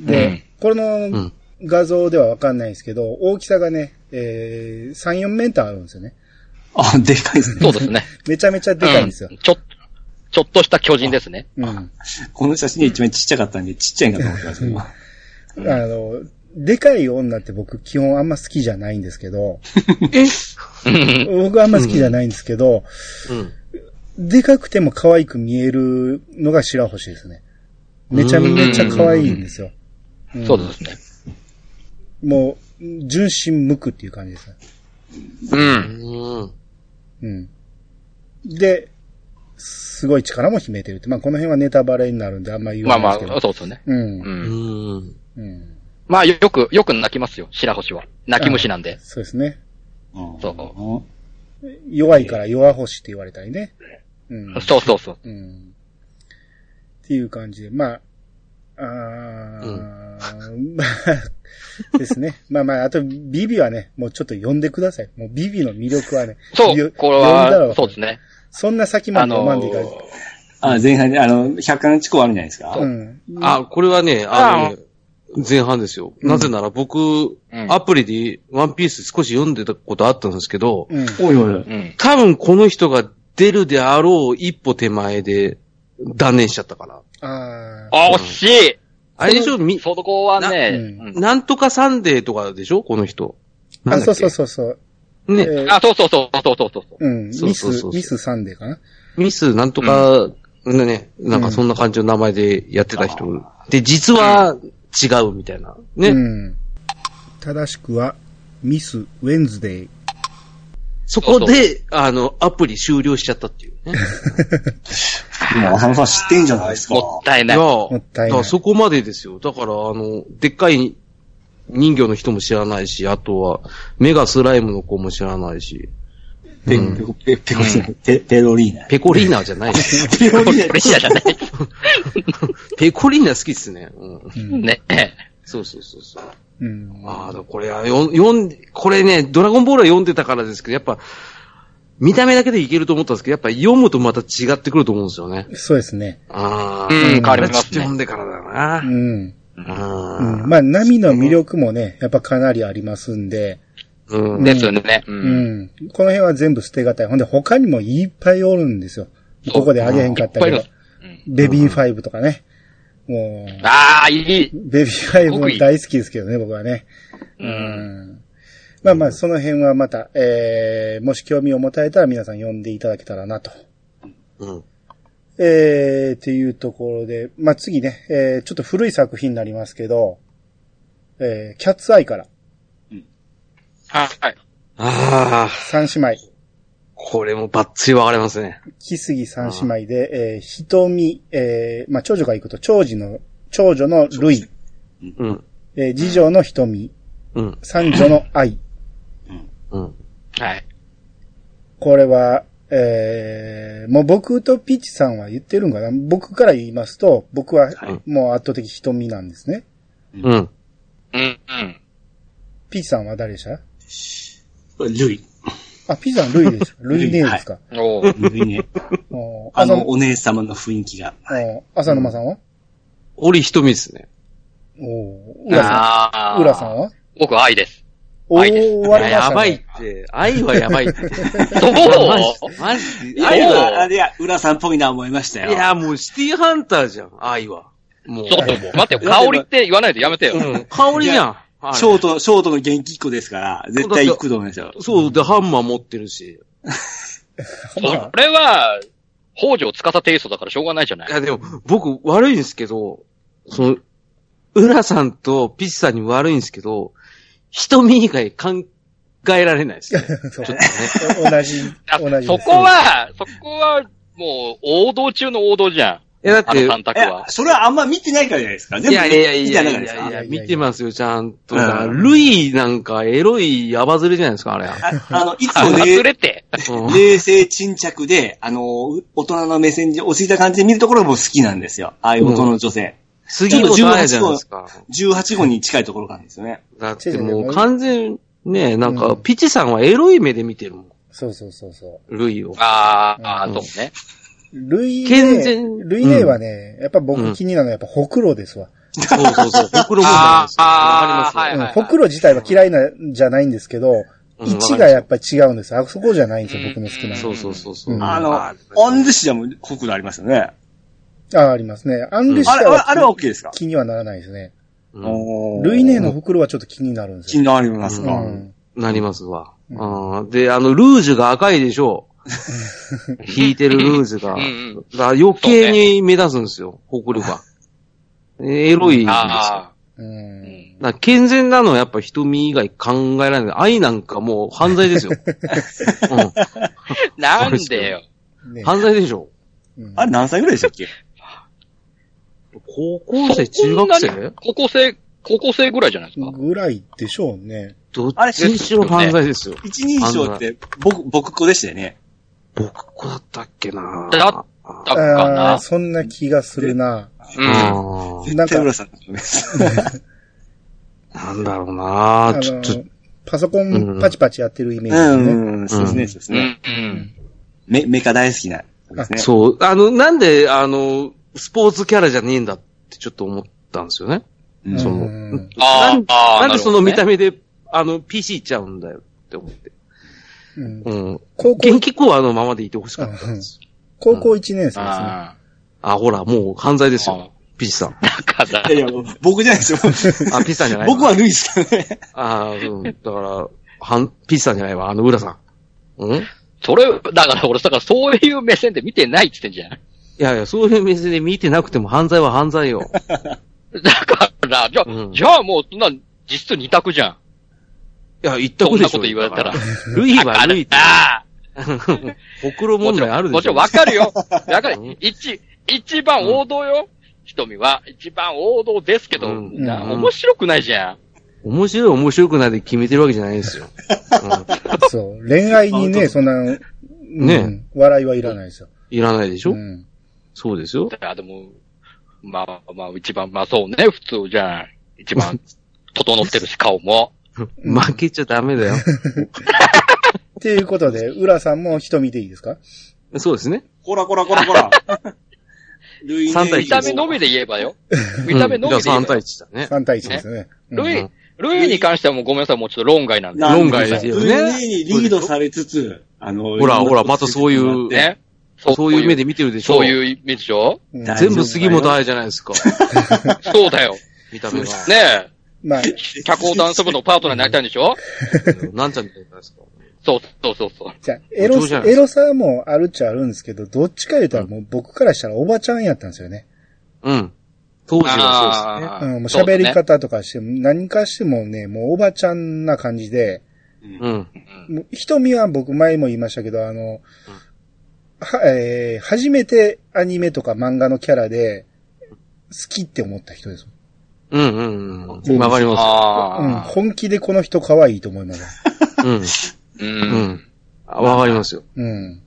Speaker 1: で、
Speaker 3: うん
Speaker 1: こ
Speaker 2: う
Speaker 1: の
Speaker 2: ん
Speaker 1: 画像ではわかんないですけど、大きさがね、えー3、4メーターあるんですよね。
Speaker 4: あ、でかいです
Speaker 3: そ
Speaker 4: ね
Speaker 3: う。ですね。
Speaker 1: めちゃめちゃでかいんですよ
Speaker 3: う。んちょ、ちょっとした巨人ですね。
Speaker 1: うん。
Speaker 4: この写真が一番ちっちゃかったんで、ちっちゃいんかと思ってました今。
Speaker 1: あの、でかい女って僕基本あんま好きじゃないんですけど、
Speaker 2: え
Speaker 3: うん。
Speaker 1: 僕あんま好きじゃないんですけど、
Speaker 2: うん。
Speaker 1: でかくても可愛く見えるのが白星ですね。めちゃめちゃ可愛いんですよ。ん
Speaker 3: そうですね。
Speaker 1: もう、純真無垢っていう感じですね。
Speaker 3: うん。
Speaker 2: うん。
Speaker 1: うん。で、すごい力も秘めてるって。まあ、この辺はネタバレになるんであんまり言
Speaker 3: まあ
Speaker 1: わな
Speaker 3: ま
Speaker 1: いですけど。
Speaker 3: あ、そうですよね。
Speaker 1: うん
Speaker 3: う。。
Speaker 2: うんん。
Speaker 1: うん。
Speaker 3: まあ、よく、よく泣きますよ、白星は。泣き虫なんで。
Speaker 1: そうですね。
Speaker 3: そ
Speaker 1: 弱いから弱星って言われたりね。うん。
Speaker 3: そうそうそう。
Speaker 1: うん。っていう感じで、まあ、あー、まあ、です ね。まあまあ、あと、ビビはね、もうちょっと呼んでください。もうビビの魅力はね、
Speaker 3: そ
Speaker 1: よ
Speaker 3: う、これ
Speaker 1: 呼んだら
Speaker 3: は、
Speaker 1: わか
Speaker 3: そう
Speaker 1: る
Speaker 3: ですね。
Speaker 1: そんな先まで読まんでいかない。
Speaker 4: あ、前半で、あの、100巻地項あるんじゃないですか。
Speaker 1: うん。
Speaker 2: あ、これはね、あのね、前半ですよ。
Speaker 1: うん
Speaker 2: なぜなら僕、
Speaker 3: うん
Speaker 2: アプリでワンピース少し読んでたことあったんですけど、
Speaker 1: うん。
Speaker 4: おいおいおい。
Speaker 3: うん。
Speaker 2: 多分この人が出るであろう一歩手前で断念しちゃったから。
Speaker 1: ああ。
Speaker 3: あ、惜し
Speaker 2: あれでしょみ
Speaker 3: い、そこはね、
Speaker 1: な
Speaker 3: うん
Speaker 2: なんとかサンデーとかでしょこの人。な
Speaker 1: あ、
Speaker 2: ん
Speaker 1: そ
Speaker 2: だ
Speaker 1: う
Speaker 2: っけ
Speaker 1: そうそうそう。
Speaker 2: ね、
Speaker 1: えー
Speaker 3: あ、そうそうそう、そうそうそう。
Speaker 1: うん。
Speaker 2: そう
Speaker 1: ミ
Speaker 2: そう
Speaker 1: ス
Speaker 2: そ、う
Speaker 1: ミスサンデーかな。
Speaker 2: ミスなんとか、ね、なんかそんな感じの名前でやってた人。で、実は違うみたいな。ね。
Speaker 1: うん。正しくは、ミスウェンズデー。
Speaker 2: そこで、あの、アプリ終了しちゃったっていう ね。
Speaker 4: 今、浅野さん知ってんじゃないですか。
Speaker 3: もったい
Speaker 2: い
Speaker 3: ない。
Speaker 1: も
Speaker 2: も
Speaker 1: ったいない
Speaker 2: そこまでですよ。だから、あの、でっかい人魚の人も知らないし、あとは、メガスライムの子も知らないし、
Speaker 4: ペコ、ペコ、ペコじゃない、ペペロリーナ。
Speaker 2: ペコリーナじゃ ないです。
Speaker 4: ペコリー
Speaker 3: プレッシャーじゃない。
Speaker 2: ペコリーナ好きっすね。うん。
Speaker 1: うん。
Speaker 3: ね。
Speaker 2: そうそうそうそう。
Speaker 1: うん。
Speaker 2: ああ、だからこれは、よん読ん、これね、ドラゴンボールは読んでたからですけど、やっぱ、見た目だけでいけると思ったんですけど、やっぱ読むとまた違ってくると思うんですよね。
Speaker 1: そうですね。
Speaker 2: ああ。
Speaker 3: うん変わりますね
Speaker 2: ちょっと読んでからだな。
Speaker 1: う
Speaker 2: うん
Speaker 1: ん。うん。
Speaker 2: あ
Speaker 1: まあ、ナミの魅力もね、やっぱかなりありますんで、
Speaker 2: ー。うん。
Speaker 3: ですよね。う。
Speaker 1: うんん。この辺は全部捨てがたい。ほんで、他にもいっぱいおるんですよ。
Speaker 3: そう
Speaker 1: ここであげへんかったけ
Speaker 3: い
Speaker 1: ど
Speaker 3: っぱ。
Speaker 1: ベビーファイブとかね。もう、
Speaker 3: ああ、いい。
Speaker 1: ベビーファイブも大好きですけどね、僕はね。うん。まあまあ、その辺はまた、えー、もし興味を持たれたら皆さん読んでいただけたらなと。
Speaker 2: うん。
Speaker 1: えー、っていうところで、まあ次ね、えー、ちょっと古い作品になりますけど、えー、キャッツアイから、
Speaker 3: はい。
Speaker 2: ああ、
Speaker 1: 三姉妹。
Speaker 2: これもバッツリ分かれますね。
Speaker 1: 木杉三姉妹で、えー、瞳、えー、まあ、長女が行くと、長女の、長女のルイ、
Speaker 2: うん。
Speaker 1: えー、次女の瞳、
Speaker 2: うん。
Speaker 1: 三女の愛。
Speaker 2: うん。
Speaker 3: はい。
Speaker 1: これは、えー、もう僕とピッチさんは言ってるんかな僕から言いますと、僕はもう圧倒的瞳なんですね。
Speaker 2: うん。
Speaker 3: うん、うん。
Speaker 1: ピッチさんは誰でした
Speaker 4: ナ。ルイ。
Speaker 1: あ、ピッチさんルイでした。ルイ姉ですか。
Speaker 3: おー
Speaker 4: ルイね。
Speaker 1: おー
Speaker 4: あ
Speaker 1: 浅
Speaker 4: の、
Speaker 1: 野
Speaker 4: お姉様の雰囲気が。
Speaker 1: おー浅沼さんは、
Speaker 2: 折瞳ですね。
Speaker 1: おー浦さ
Speaker 3: あ
Speaker 1: ん。浦さんは
Speaker 3: 僕、愛です。
Speaker 1: お
Speaker 3: 愛です
Speaker 1: ー、
Speaker 2: い
Speaker 1: 割れま
Speaker 2: や
Speaker 1: し
Speaker 2: や
Speaker 1: た
Speaker 2: ばい
Speaker 1: ね
Speaker 2: って。愛はやばいって。
Speaker 3: どう
Speaker 2: マジマジで。
Speaker 4: あれ
Speaker 2: 愛
Speaker 4: は、あ
Speaker 2: は、
Speaker 4: れや、浦さんっぽいな思いましたよ。
Speaker 2: いや、もうシティハンターじゃん、愛は。もう。
Speaker 3: ちょっともう、待ってよ、香りって言わないでやめてよ。
Speaker 2: うん。香りじゃん。あれ
Speaker 4: ショート、ショートの元気っ子ですから、絶対行くと思いますよ。
Speaker 2: そう、で、ハンマー持ってるし。
Speaker 1: ほんま
Speaker 3: それは、北条司テイストだからしょうがないじゃないい。
Speaker 2: や、でも、僕、悪いんですけど、その、浦さんとピッチさんに悪いんですけど、瞳以外考えられないですね。
Speaker 1: そう
Speaker 2: ちょっとね。
Speaker 1: 同じ、
Speaker 3: あ
Speaker 1: 同じです。
Speaker 3: そこは、そこは、もう、王道中の王道じゃん。
Speaker 2: いや、だっ
Speaker 3: あの
Speaker 2: て、
Speaker 3: 三択
Speaker 4: え
Speaker 3: は、。
Speaker 4: それはあんま見てないからじゃないですか。全
Speaker 2: い
Speaker 4: 部
Speaker 2: やいやい
Speaker 4: 見て
Speaker 2: やい
Speaker 4: な
Speaker 2: や
Speaker 4: い
Speaker 2: い
Speaker 4: です
Speaker 2: や
Speaker 4: か
Speaker 1: 見てないか
Speaker 2: い。や、
Speaker 1: らですか
Speaker 2: 見てますよ、ちゃんと。
Speaker 4: うん
Speaker 2: だからルイなんか、エロいヤバズレじゃないですか、あれ。
Speaker 4: ああの、いつ
Speaker 3: あ
Speaker 4: も
Speaker 3: 忘
Speaker 4: ね、
Speaker 3: れて。
Speaker 2: うん
Speaker 4: 冷静沈着で、あの、う大人の目線に落ち着いた感じで見るところも好きなんですよ。ああいう大人の女性。
Speaker 2: 杉本彩じゃないですか。
Speaker 4: 18号に近いところなんですよね。
Speaker 2: だってもう完全、ね、なんか、ピチさんはエロい目で見てるもん、
Speaker 1: そうそうそうそう。
Speaker 2: ルイ を。
Speaker 3: あー
Speaker 1: う
Speaker 3: あ
Speaker 1: ん
Speaker 3: ー、そうね。
Speaker 1: ルイ
Speaker 2: 健
Speaker 1: ネ、
Speaker 2: 全
Speaker 1: ルイネはね、やっぱ僕気になるのはやっぱほくろですわ。
Speaker 2: そうそうそう。ほくろも
Speaker 3: あー
Speaker 2: あ
Speaker 3: あーはい
Speaker 1: うん
Speaker 3: はい
Speaker 1: ほくろ自体は嫌いなんじゃないんですけど、
Speaker 2: うん
Speaker 1: 位置がやっぱ違うんです。あそこじゃないんですよ、僕の好きな。
Speaker 2: そうそうそうそうう。
Speaker 1: ん
Speaker 4: あの、アン
Speaker 2: あ
Speaker 4: デシダも国土ありますよね。
Speaker 1: ああ、ありますね。アンデシ
Speaker 4: あれ、
Speaker 1: タ
Speaker 4: あれあれは
Speaker 1: は
Speaker 4: OK ですか
Speaker 1: 気にはならないですね。
Speaker 2: うん
Speaker 4: おー
Speaker 1: ルイネのほくろはちょっと気になるんです
Speaker 4: 気
Speaker 1: よ。
Speaker 4: になります
Speaker 1: う
Speaker 4: か。
Speaker 1: ん。
Speaker 2: なりますわ。うんで、あの、ルージュが赤いでしょう。引いてるルーズが、
Speaker 3: うん
Speaker 2: だ
Speaker 3: うん
Speaker 2: から余計に目立つんですよ、北力が。エロいんですよ。だか
Speaker 3: あ
Speaker 1: う。
Speaker 3: あ。うんん
Speaker 2: ら健全なのはやっぱ瞳以外考えられない。愛なんかもう犯罪 ですよ。う
Speaker 3: なんでよ。
Speaker 1: ね
Speaker 2: ん、犯罪でしょ。
Speaker 1: うん
Speaker 4: あれ何歳ぐらいでしたっけ
Speaker 2: 高校生、中学生
Speaker 3: 高校生、高校生ぐらいじゃないですか。
Speaker 1: ぐらいでしょうね。
Speaker 2: どっ
Speaker 4: あれ
Speaker 2: ちにしろ犯罪ですよ。
Speaker 4: 一人称って、僕、僕子でしたよね。
Speaker 2: 僕子だったっけな
Speaker 3: だっだか
Speaker 1: ああー、
Speaker 3: な。
Speaker 1: そんな気がするな。
Speaker 3: うん。
Speaker 2: あー
Speaker 4: 絶対浦さんだと思います。
Speaker 2: なんだろうな
Speaker 1: あ
Speaker 2: ちょ
Speaker 1: の
Speaker 2: っと、、
Speaker 1: パソコ
Speaker 2: う
Speaker 1: ン
Speaker 2: ん
Speaker 1: パチパチやってるイメージ
Speaker 4: う
Speaker 1: ですね。
Speaker 4: ん、うんそうですね、そうです
Speaker 3: うん。う
Speaker 4: ね。
Speaker 3: ん。
Speaker 4: メ、メカ大好きな。ですね。
Speaker 2: そう。あの、なんで、あの、スポーツキャラじゃねえんだってちょっと思ったんですよね。
Speaker 4: うん
Speaker 2: そう
Speaker 1: うん
Speaker 3: あーあー、
Speaker 2: なんでその見た
Speaker 3: 目。
Speaker 2: 目で、あの、PC いっちゃうんだよって思って。
Speaker 1: うん
Speaker 2: うん。
Speaker 1: 高校
Speaker 2: 元、気校はあのままでいてほしかったんです。
Speaker 1: 高校1年生ですね。
Speaker 3: あ
Speaker 2: あ、ほら、もう犯罪です
Speaker 3: あ
Speaker 2: よ。ピチさん。
Speaker 3: あ。だから
Speaker 4: い、やいや、僕じゃないですよ。
Speaker 2: あ、ピチさんじゃないわ
Speaker 4: 僕はルイスだね。
Speaker 2: あーうん。だから、はん、ピチさんじゃないわ。あの、浦さん。うんい
Speaker 3: それ、だから俺、だからそういう目線で見てないって言ってんじゃん。
Speaker 2: やいや、そういう目線で見てなくても犯罪は犯罪よ。
Speaker 3: だから、じゃあ、
Speaker 2: うん
Speaker 3: じゃあもう、そんな、実質二択じゃん。
Speaker 2: いや、言ったことでしょ。
Speaker 3: そんなこと言われた ら
Speaker 2: だから。ルイはルイって。
Speaker 3: あ
Speaker 2: ほくろ
Speaker 3: あも
Speaker 2: 問
Speaker 3: ち
Speaker 2: 題あ
Speaker 3: ろ
Speaker 2: る
Speaker 3: ん、
Speaker 2: で
Speaker 3: も
Speaker 2: し
Speaker 3: ち
Speaker 2: ょ。
Speaker 3: ろんわかるよ。 わかる
Speaker 2: うん。
Speaker 3: 一、一番王道よ。瞳は、一番王道ですけど、
Speaker 2: うん
Speaker 3: な
Speaker 2: うん
Speaker 3: 面白くないじゃん。
Speaker 2: 面白い面白くないで決めてるわけじゃないですよ。うん
Speaker 1: そう。恋愛にね、
Speaker 4: あ
Speaker 1: そんな、うん
Speaker 2: ね
Speaker 1: 笑いはいらないですよ。
Speaker 2: いらないでしょ
Speaker 1: うん
Speaker 2: そうですよ
Speaker 3: だ。から、でも、まあ、まあ、一番、まあそうね、普通じゃん。一番、整ってるし、顔も。
Speaker 2: 負けちゃダメだよ。
Speaker 1: っていうことで、浦さんも瞳でいいですか
Speaker 2: そうですね。
Speaker 4: こらこらこらこら。ルイ
Speaker 2: 三対
Speaker 3: 見た目のみで言えばよ。見た目のみ
Speaker 2: うん
Speaker 3: で
Speaker 2: じゃ
Speaker 3: 言
Speaker 2: あ
Speaker 3: え
Speaker 2: 3
Speaker 3: ば
Speaker 2: 対
Speaker 3: よ。
Speaker 2: 1だね。
Speaker 1: ?3 対1ですね。
Speaker 3: ル
Speaker 1: うん
Speaker 3: イ、ルイに関してはもうごめんなさい、もうちょっと論外なんで。
Speaker 2: 論外ですよね
Speaker 4: ルイにリードされつつ、あの、
Speaker 2: ほらほらまたそういう
Speaker 3: ね。
Speaker 2: そういう目で見てるでしょ
Speaker 3: そういう目でしょ
Speaker 1: うん
Speaker 4: だ
Speaker 2: 全部杉本愛じゃないですか。
Speaker 3: そうだよ。
Speaker 2: 見た目が。
Speaker 3: ね
Speaker 1: まあ、
Speaker 3: え、脚本ダンス部のパートナーになりたいんでしょ
Speaker 2: なんちゃんみたいじゃないですか。
Speaker 3: そうそうそうそう。
Speaker 1: じゃあエロ
Speaker 2: 上手じゃない
Speaker 1: エロさもあるっちゃあるんですけど、どっちか言うたらもう僕からしたらおばちゃんやったんですよね。
Speaker 2: うん。当時はそうですね。
Speaker 3: あ
Speaker 1: う
Speaker 3: ー
Speaker 1: ん、もう喋り
Speaker 3: そうだね
Speaker 1: 方とかして、何かしてもね、もうおばちゃんな感じで、
Speaker 2: うん。
Speaker 3: うん
Speaker 1: もう瞳は僕前も言いましたけど、あの、は、えー、初めてアニメとか漫画のキャラで、好きって思った人です。
Speaker 2: うんうんうん。わかりま
Speaker 1: うん、
Speaker 3: ああ。
Speaker 1: 本気でこの人可愛いと思います。
Speaker 2: す。
Speaker 3: う。
Speaker 2: うん。うんん。わかりますよ。
Speaker 1: うん。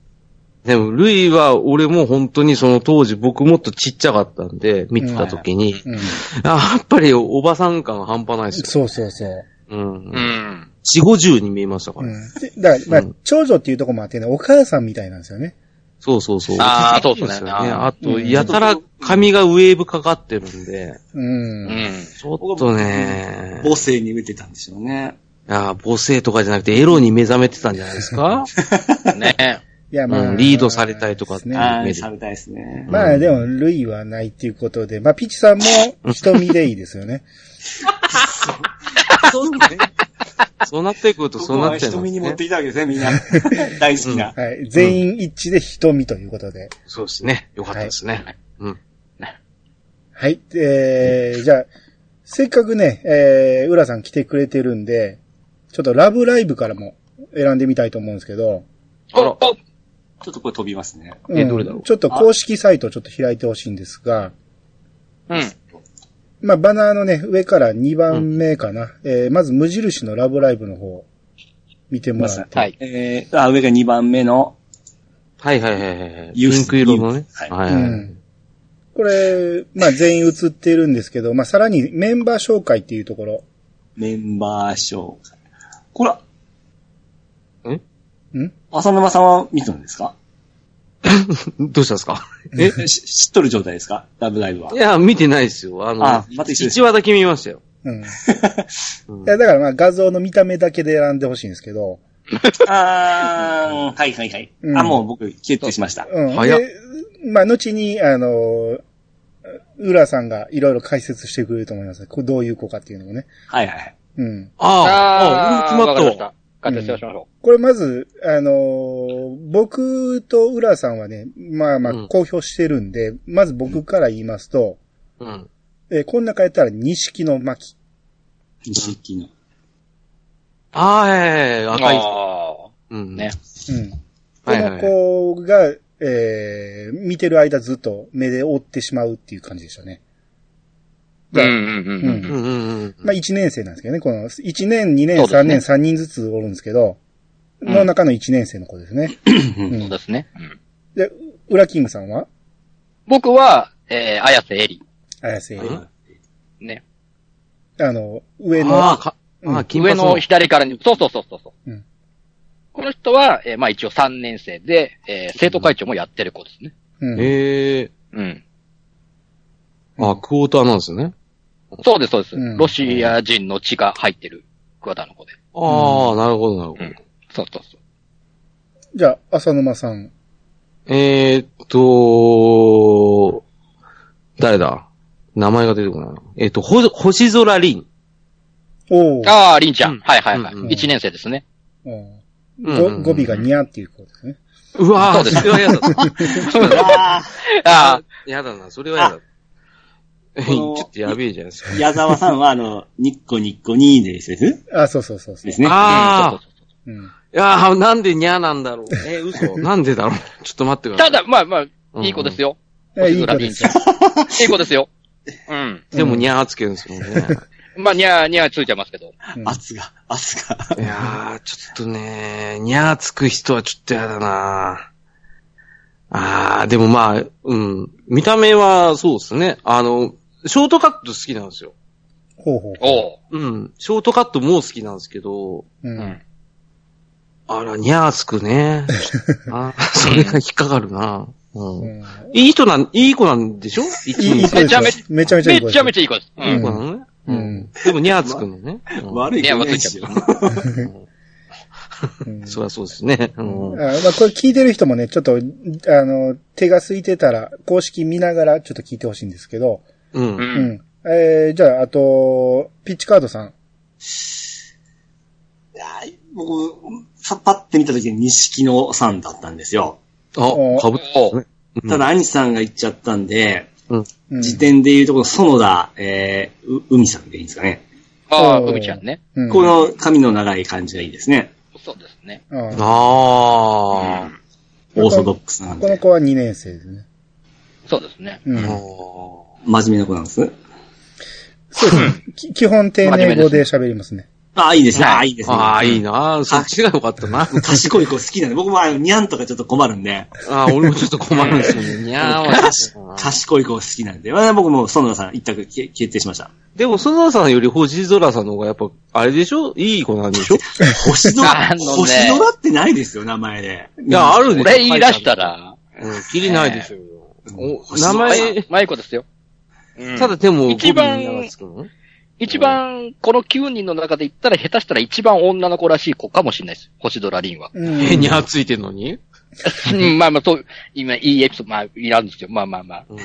Speaker 2: でも、ルイは、俺も本当にその当時僕もっとちっちゃかったんで、見てた時に、
Speaker 1: うん。
Speaker 2: あやっぱりおばさん感半端ないですよ。
Speaker 1: そうそうそう。
Speaker 2: うん
Speaker 3: う。ん。
Speaker 2: 四五十に見えましたか
Speaker 1: う
Speaker 2: ら。
Speaker 1: ん。でだから、
Speaker 2: う
Speaker 1: まあ
Speaker 2: ん、
Speaker 1: 長女っていうとこもあってね、お母さんみたいなんですよね。
Speaker 2: そうそうそう。
Speaker 3: あーそうっすね
Speaker 2: ですよ
Speaker 3: あー
Speaker 2: あと、
Speaker 1: うん
Speaker 2: やたら髪がウェーブかかってるんで、
Speaker 1: うん。
Speaker 3: うん。
Speaker 2: ちょっとね、
Speaker 4: 母性に打てたんでしょうね。
Speaker 2: あー母性とかじゃなくてエロに目覚めてたんじゃないですか
Speaker 3: ねえ。
Speaker 1: いや、ま
Speaker 2: う
Speaker 1: あ、
Speaker 2: んリードされたりとかって
Speaker 1: ね。
Speaker 4: あ
Speaker 2: う
Speaker 4: あ、
Speaker 2: ん
Speaker 4: されたいですね。
Speaker 1: まあ、でも、ルイはないっていうことで、まあ、ピチさんも瞳でいいですよね。
Speaker 4: そうですね。
Speaker 2: そうなってくると
Speaker 4: 僕
Speaker 2: そうな
Speaker 4: は
Speaker 2: っちゃいます
Speaker 4: 瞳に持っ
Speaker 2: ね
Speaker 4: て。きたわけですね、みん な。大好きな。
Speaker 1: はい。全員一致で瞳ということで。
Speaker 2: そうですね。よかったですね。うん。
Speaker 1: はい。えー、じゃあ、せっかくね、えー、浦さん来てくれてるんで、ちょっとラブライブからも選んでみたいと思うんですけど、
Speaker 2: あら
Speaker 3: おお
Speaker 4: ちょっとこれ飛びますね。
Speaker 1: うん
Speaker 2: えどれだろう
Speaker 1: ちょっと公式サイトをちょっと開いてほしいんですが、
Speaker 3: うん。
Speaker 1: まあ、バナーのね、上から2番目かな。えー、まず無印のラブライブの方、見てもらって。
Speaker 3: はい。
Speaker 4: えー、あ、上が2番目の、
Speaker 2: はいはいはいはいはい。
Speaker 4: ユース
Speaker 2: ピンク色のね。
Speaker 4: はい
Speaker 2: はいうはい。
Speaker 1: んこれ、まあ、全員映ってるんですけど、まあ、さらにメンバー紹介っていうところ。
Speaker 4: メンバー紹介。これ、
Speaker 2: え
Speaker 1: ん
Speaker 4: 浅沼さんは見てるんですか
Speaker 2: どうしたんですか。
Speaker 4: え、 し知っとる状態ですかラブライブはい
Speaker 2: や、見てないですよ。あの
Speaker 4: あ、また一緒です
Speaker 2: 1話だけ見ましたよ。
Speaker 1: うん。い
Speaker 2: うん
Speaker 1: や、だからまあ、画像の見た目だけで選んでほしいんですけど、
Speaker 4: あー、はいはいはい。
Speaker 1: うん
Speaker 4: あ、もう僕、決定しました。
Speaker 1: うん。
Speaker 2: 早っ
Speaker 1: で、まあ、後に、あの、浦さんがいろいろ解説してくれると思います。こうどういう子かっていうのをね。
Speaker 4: はいはいはい。
Speaker 1: うん。
Speaker 2: ああ、ああ、
Speaker 3: ー
Speaker 2: 俺も決ま
Speaker 3: わか
Speaker 2: った
Speaker 3: りま
Speaker 2: わ
Speaker 3: した。形をしましょ
Speaker 1: これまず、あのー僕と浦さんはね、まあまあ
Speaker 2: うん
Speaker 1: 公表してるんで、まず僕から言いますと、
Speaker 2: うん。
Speaker 1: えーこんな変えたら、錦の巻。
Speaker 4: 錦の。
Speaker 2: ああ、ええ、
Speaker 3: う。
Speaker 2: 赤い。
Speaker 3: あ
Speaker 2: うん。
Speaker 3: ね
Speaker 1: うん。こ
Speaker 2: はいはいは
Speaker 1: の
Speaker 2: い
Speaker 1: 子が、えー見てる間ずっと目で追ってしまうっていう感じでしたね。
Speaker 3: ーうんうんう
Speaker 1: うん
Speaker 3: ん。
Speaker 2: うんうんうん。
Speaker 1: まあ1年生なんですけどね、この1年、2年、
Speaker 3: そうです
Speaker 1: 3
Speaker 3: ね
Speaker 1: 年、3人ずつおるんですけど、
Speaker 3: うん
Speaker 1: の中の1年生の子ですね。う
Speaker 3: そうですね。うん
Speaker 1: で、ウラキングさんは
Speaker 3: 僕は、えー、綾瀬えり。
Speaker 1: 綾瀬
Speaker 2: う。ん
Speaker 3: ね。
Speaker 1: あの、上
Speaker 2: あ
Speaker 1: の、
Speaker 2: あ、か、あ
Speaker 1: うん
Speaker 2: あ、金
Speaker 3: 上
Speaker 2: 髪
Speaker 3: の左からに、そうそうそうそうそう、
Speaker 1: うん
Speaker 3: この人は、えーまあ一応3年生で、えー生徒会長もやってる子ですね。
Speaker 1: うん。
Speaker 2: ええ、
Speaker 3: うん。
Speaker 2: あ、クォーターなんですね。
Speaker 3: そうです、そうです、
Speaker 1: うん
Speaker 3: ロシア人の血が入ってるクワタの子で。
Speaker 2: ああ、なるほど、なるほど。
Speaker 3: そうそうそう。
Speaker 1: じゃあ、浅沼さん。
Speaker 2: えーっと、誰だ名前が出てこないな。えーっと、ほ、星空凛。
Speaker 1: おー
Speaker 3: ああ、りんちゃ
Speaker 2: う
Speaker 3: ん,、
Speaker 2: ん
Speaker 3: はいはいはい、
Speaker 2: うん
Speaker 1: うん
Speaker 3: 1年生ですね。
Speaker 1: うん
Speaker 2: うんうん
Speaker 1: ご語尾がニャーっていう子ですね。
Speaker 2: うわ
Speaker 3: そう
Speaker 2: ぁ、
Speaker 3: です
Speaker 2: それは嫌だ。
Speaker 4: あ
Speaker 3: あ
Speaker 2: 嫌だな、それは嫌だ。え
Speaker 4: こ
Speaker 2: ち
Speaker 4: の
Speaker 2: ょっとやべえじゃないですか。
Speaker 4: あ、矢沢さんは、あの、ニッコニッコニーです。
Speaker 1: あ、そうそうそうそう
Speaker 4: で。すね。
Speaker 3: あ、
Speaker 2: あ
Speaker 3: うんそうそうそう
Speaker 1: うん。
Speaker 2: ー、あー、なんでにゃなんだろう。え、嘘。なんでだろう。ちょっと待ってくださ
Speaker 3: た
Speaker 2: い。
Speaker 3: だ、まあま
Speaker 2: う
Speaker 3: あ、
Speaker 2: ん
Speaker 3: いい子ですよ。
Speaker 1: えいい子ですよ。
Speaker 3: いい子ですよ。うん。
Speaker 2: でもにゃーつけるんですもんね。
Speaker 3: まあ、にゃーにゃーついちゃいますけど。
Speaker 1: うん
Speaker 4: 圧が、圧が。
Speaker 2: いやー、ちょっとね、にゃーつく人はちょっとやだなあー、でもまあ、うん。見た目はそうですね。あの、ショートカット好きなんですよ。
Speaker 1: ほうほう。
Speaker 3: おう。
Speaker 2: うん。ショートカットも好きなんですけ
Speaker 1: う。
Speaker 2: ど、
Speaker 3: うんん。
Speaker 2: あら、にゃーつ くね。あーそれが引っかかるな、うん
Speaker 1: うん
Speaker 2: いい人なん、いい子なんでしょ一
Speaker 1: いいいい
Speaker 2: 人
Speaker 1: 子ですよ
Speaker 3: めちゃめち
Speaker 1: めちゃめちゃいい子
Speaker 3: め
Speaker 1: で
Speaker 3: ち
Speaker 1: す
Speaker 3: ゃ
Speaker 1: よ。
Speaker 3: めちゃいい子です。
Speaker 2: いいう子
Speaker 3: ん。
Speaker 2: なのね。
Speaker 1: うん
Speaker 2: うんでも、にゃーつくのね。うん
Speaker 4: 悪い子ね。
Speaker 1: うん
Speaker 2: そりゃそうですね。うん
Speaker 1: あまあ、これ聞いてる人もね、ちょっと、あの、手が空いてたら、公式見ながらちょっと聞いてほしいんですけど、
Speaker 2: う。
Speaker 3: うん。
Speaker 1: うんん。えー、じゃあ、あと、ピッチカードさん。
Speaker 4: いや僕、さパって見た時に錦野さんだったんですよ。
Speaker 2: あ、かぶったね。うん
Speaker 4: ただ、兄さんが行っちゃったんで、
Speaker 1: うん、
Speaker 4: 時点で言うとこの園田、えー、う海さんでいいんですかね。
Speaker 3: ああ、
Speaker 1: おう
Speaker 3: 海ちゃんね。
Speaker 1: うん、
Speaker 4: この髪の長い感じがいいですね。
Speaker 3: そうですね。
Speaker 1: ああ
Speaker 2: あ
Speaker 4: オーソドックスなん
Speaker 1: この
Speaker 4: で。
Speaker 1: 子は2年生ですね。
Speaker 3: そうですね。
Speaker 1: う
Speaker 2: あ。
Speaker 1: ん。
Speaker 4: 真面目な子なんです。
Speaker 1: そうですね。き基本丁寧語で喋りますね。。
Speaker 4: ああ、いいですね。
Speaker 3: はい
Speaker 4: ああ、いいですね。
Speaker 2: ああ、いいな。そっちが良かったな。
Speaker 4: 賢い子好きなんで、僕もあの、にゃんとかちょっと困るんで、
Speaker 2: ああ、俺もちょっと困るんですよね。に ゃーは。
Speaker 4: 賢い子好きなんで、まあ、僕も園田さん一択決決定しました。
Speaker 2: でも、園田さんより星空さんの方がやっぱ、あれでしょいい子なんでしょ
Speaker 4: 星野、
Speaker 3: あのね
Speaker 4: 星野だってないですよ、名前で。
Speaker 2: いや、あるでしょ
Speaker 3: 俺言い出した。ら、
Speaker 2: うん、きりないでしょ。
Speaker 4: うん
Speaker 2: お名前、
Speaker 3: まいこですよ。
Speaker 2: ただでも、
Speaker 3: 一番
Speaker 2: 語尾に名がつくの
Speaker 3: 一番、この9人の中で言ったら、下手したら一番女の子らしい子かもしれないです。星ドラリン は
Speaker 1: うん。
Speaker 2: え、にゃーついてんのに
Speaker 3: うんまあまあ、そう、今、いいエピソード、まあ、いらんですけど、まあまあまあ、
Speaker 2: うん。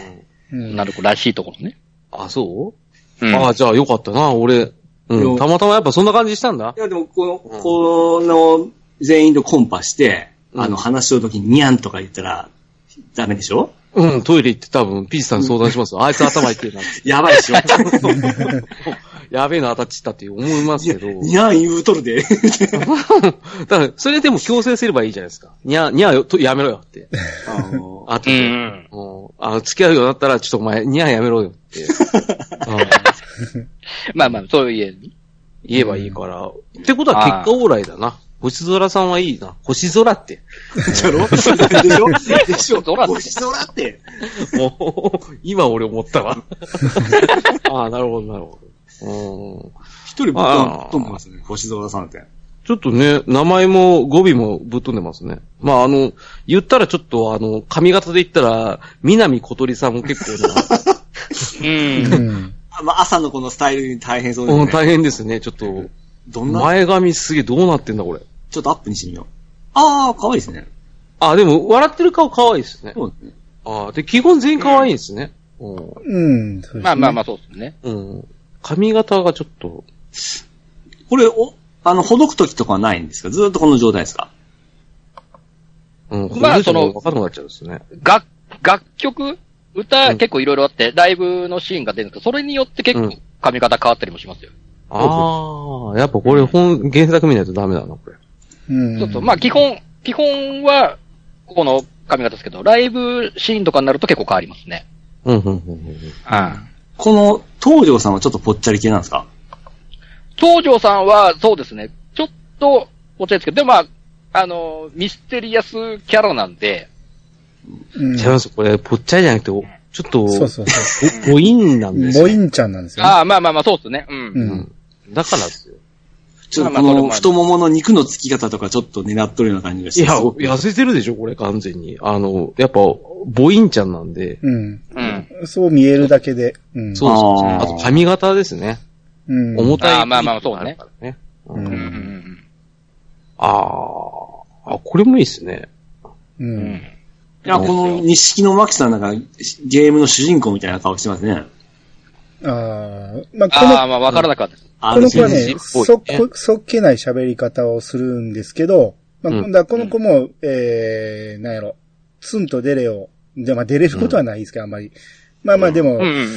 Speaker 1: うん
Speaker 3: 女の子らしいところね。
Speaker 2: あ、そううああ、じゃあよかったな、俺。うん、たまたまやっぱそんな感じしたんだ
Speaker 4: い。や、でも、この、この、全員とコンパして、あ
Speaker 2: うん
Speaker 4: の、話し合うときににゃんとか言ったら、ダメでしょ
Speaker 2: うん、トイレ行って多分、ピースさんに相談しますよ。あいつ頭いってるなって。
Speaker 4: やばいでしょ
Speaker 2: やべえの当たっちったって思いますけど。
Speaker 4: にゃん言うとるで。
Speaker 2: だから、それでも強制すればいいじゃないですか。にゃ、にゃよ、とやめろよって。
Speaker 4: あの
Speaker 2: あと
Speaker 3: う
Speaker 2: で、
Speaker 3: ん。
Speaker 2: うんあの、付き合うようになったら、ちょっとお前、にゃやめろよ って。うん
Speaker 3: まあまあ、そういう、
Speaker 2: 言えばいいから。ってことは結果オーライだな。星空さんはいいな。星空って。
Speaker 4: じゃろでしょでしょ
Speaker 3: ドラって
Speaker 4: 星空って。
Speaker 2: もう、今俺思った わ。ああ、なるほど、なるほど。うん
Speaker 4: 一人ぶっ
Speaker 2: あー
Speaker 4: 飛んでますね、星空さんって。
Speaker 2: ちょっとね、名前も語尾もぶっ飛んでますね。まあ、あの、言ったらちょっと、あの、髪型で言ったら、南小鳥さんも結構な、
Speaker 3: うん。
Speaker 1: うん。
Speaker 4: あまあ、朝のこのスタイルに大変そうで
Speaker 2: うん、
Speaker 4: すね。
Speaker 2: 大変ですね。ちょっと、
Speaker 4: どんな、
Speaker 2: 前髪すげえどうなってんだ、これ。
Speaker 4: ちょっとアップにしてみよう。ああ、可愛いですね。
Speaker 2: あ、でも、笑ってる顔可愛いですね。
Speaker 4: そうですね。
Speaker 2: あーで、基本全員可愛いですね。うん。
Speaker 1: うん。そうですね
Speaker 3: まあまあまあ、そうですね。
Speaker 2: うん。髪型がちょっと、
Speaker 4: これ、お、あの、ほどくときとかはないんですかずーっとこの状態ですか
Speaker 2: うん、こ
Speaker 3: まあ
Speaker 2: れ
Speaker 3: その
Speaker 2: 分かんなくなっちゃうんですね。
Speaker 3: 楽、楽曲歌
Speaker 2: うん
Speaker 3: 結構いろいろあって、ライブのシーンが出るんですけど、それによって結
Speaker 2: う
Speaker 3: 構髪型変わったりもしますよ。
Speaker 2: ああ、やっぱこれ本、原作見ないとダメだな、これ。
Speaker 1: うん。
Speaker 3: そうそう。まあ基本、基本は、ここの髪型ですけど、ライブシーンとかになると結構変わりますね。
Speaker 2: うん、うん、うんうん。
Speaker 3: うん。
Speaker 4: この、東條さんはちょっとぽっちゃり系なんですか
Speaker 3: 東條さんは、そうですね、ちょっと、お茶ですけど、でもまあ、あの、ミステリアスキャラなんで、
Speaker 1: うん、
Speaker 2: 違います、これ、ぽっちゃりじゃなくて、おちょっと、
Speaker 1: そうそうそ
Speaker 2: ボインなん
Speaker 1: う。
Speaker 2: ですよ。
Speaker 1: ボインちゃんなんですよ、ね。
Speaker 3: ああ、まあまあまあ、そうですね。うん。
Speaker 1: う
Speaker 2: うんん。だからですよ。
Speaker 4: ちょっと
Speaker 3: ま
Speaker 4: こ
Speaker 3: あまあ
Speaker 4: の
Speaker 3: そ
Speaker 4: 太
Speaker 3: れ
Speaker 4: ももの肉のつき方とかちょっと狙っとるような感じがし
Speaker 2: い
Speaker 4: て。
Speaker 2: や、
Speaker 4: すごく
Speaker 2: 痩せてるでしょ、これ、完全に。あの、やっぱ、ボインちゃんなんで。
Speaker 1: うん。
Speaker 3: うん。
Speaker 1: そう見えるだけで。うん。
Speaker 2: そうそうそう
Speaker 4: あー
Speaker 2: あと髪型ですね。
Speaker 1: うん。
Speaker 2: 重たい。
Speaker 3: あーまあまあそうね。
Speaker 2: ね
Speaker 1: う。
Speaker 3: うんうんん
Speaker 2: あーあ、これもいいですね。
Speaker 1: う。
Speaker 3: うんん。
Speaker 4: いや、この錦野真紀さんなんかゲームの主人公みたいな顔してますね。
Speaker 1: ああ、まあ、この
Speaker 3: ああ、まあ、わからなかったです。
Speaker 4: あ
Speaker 1: この子は
Speaker 2: 先
Speaker 1: ね、
Speaker 2: 生っぽい
Speaker 1: そっ
Speaker 2: ね
Speaker 1: こ、そっけない喋り方をするんですけど、まあ、
Speaker 2: うん
Speaker 1: 今度はこの子も、えー、なんやろ、ツンと出れを、で、まあ、出れることはないですけど、あんまり。まあまあ、でも
Speaker 3: うん、うんうん。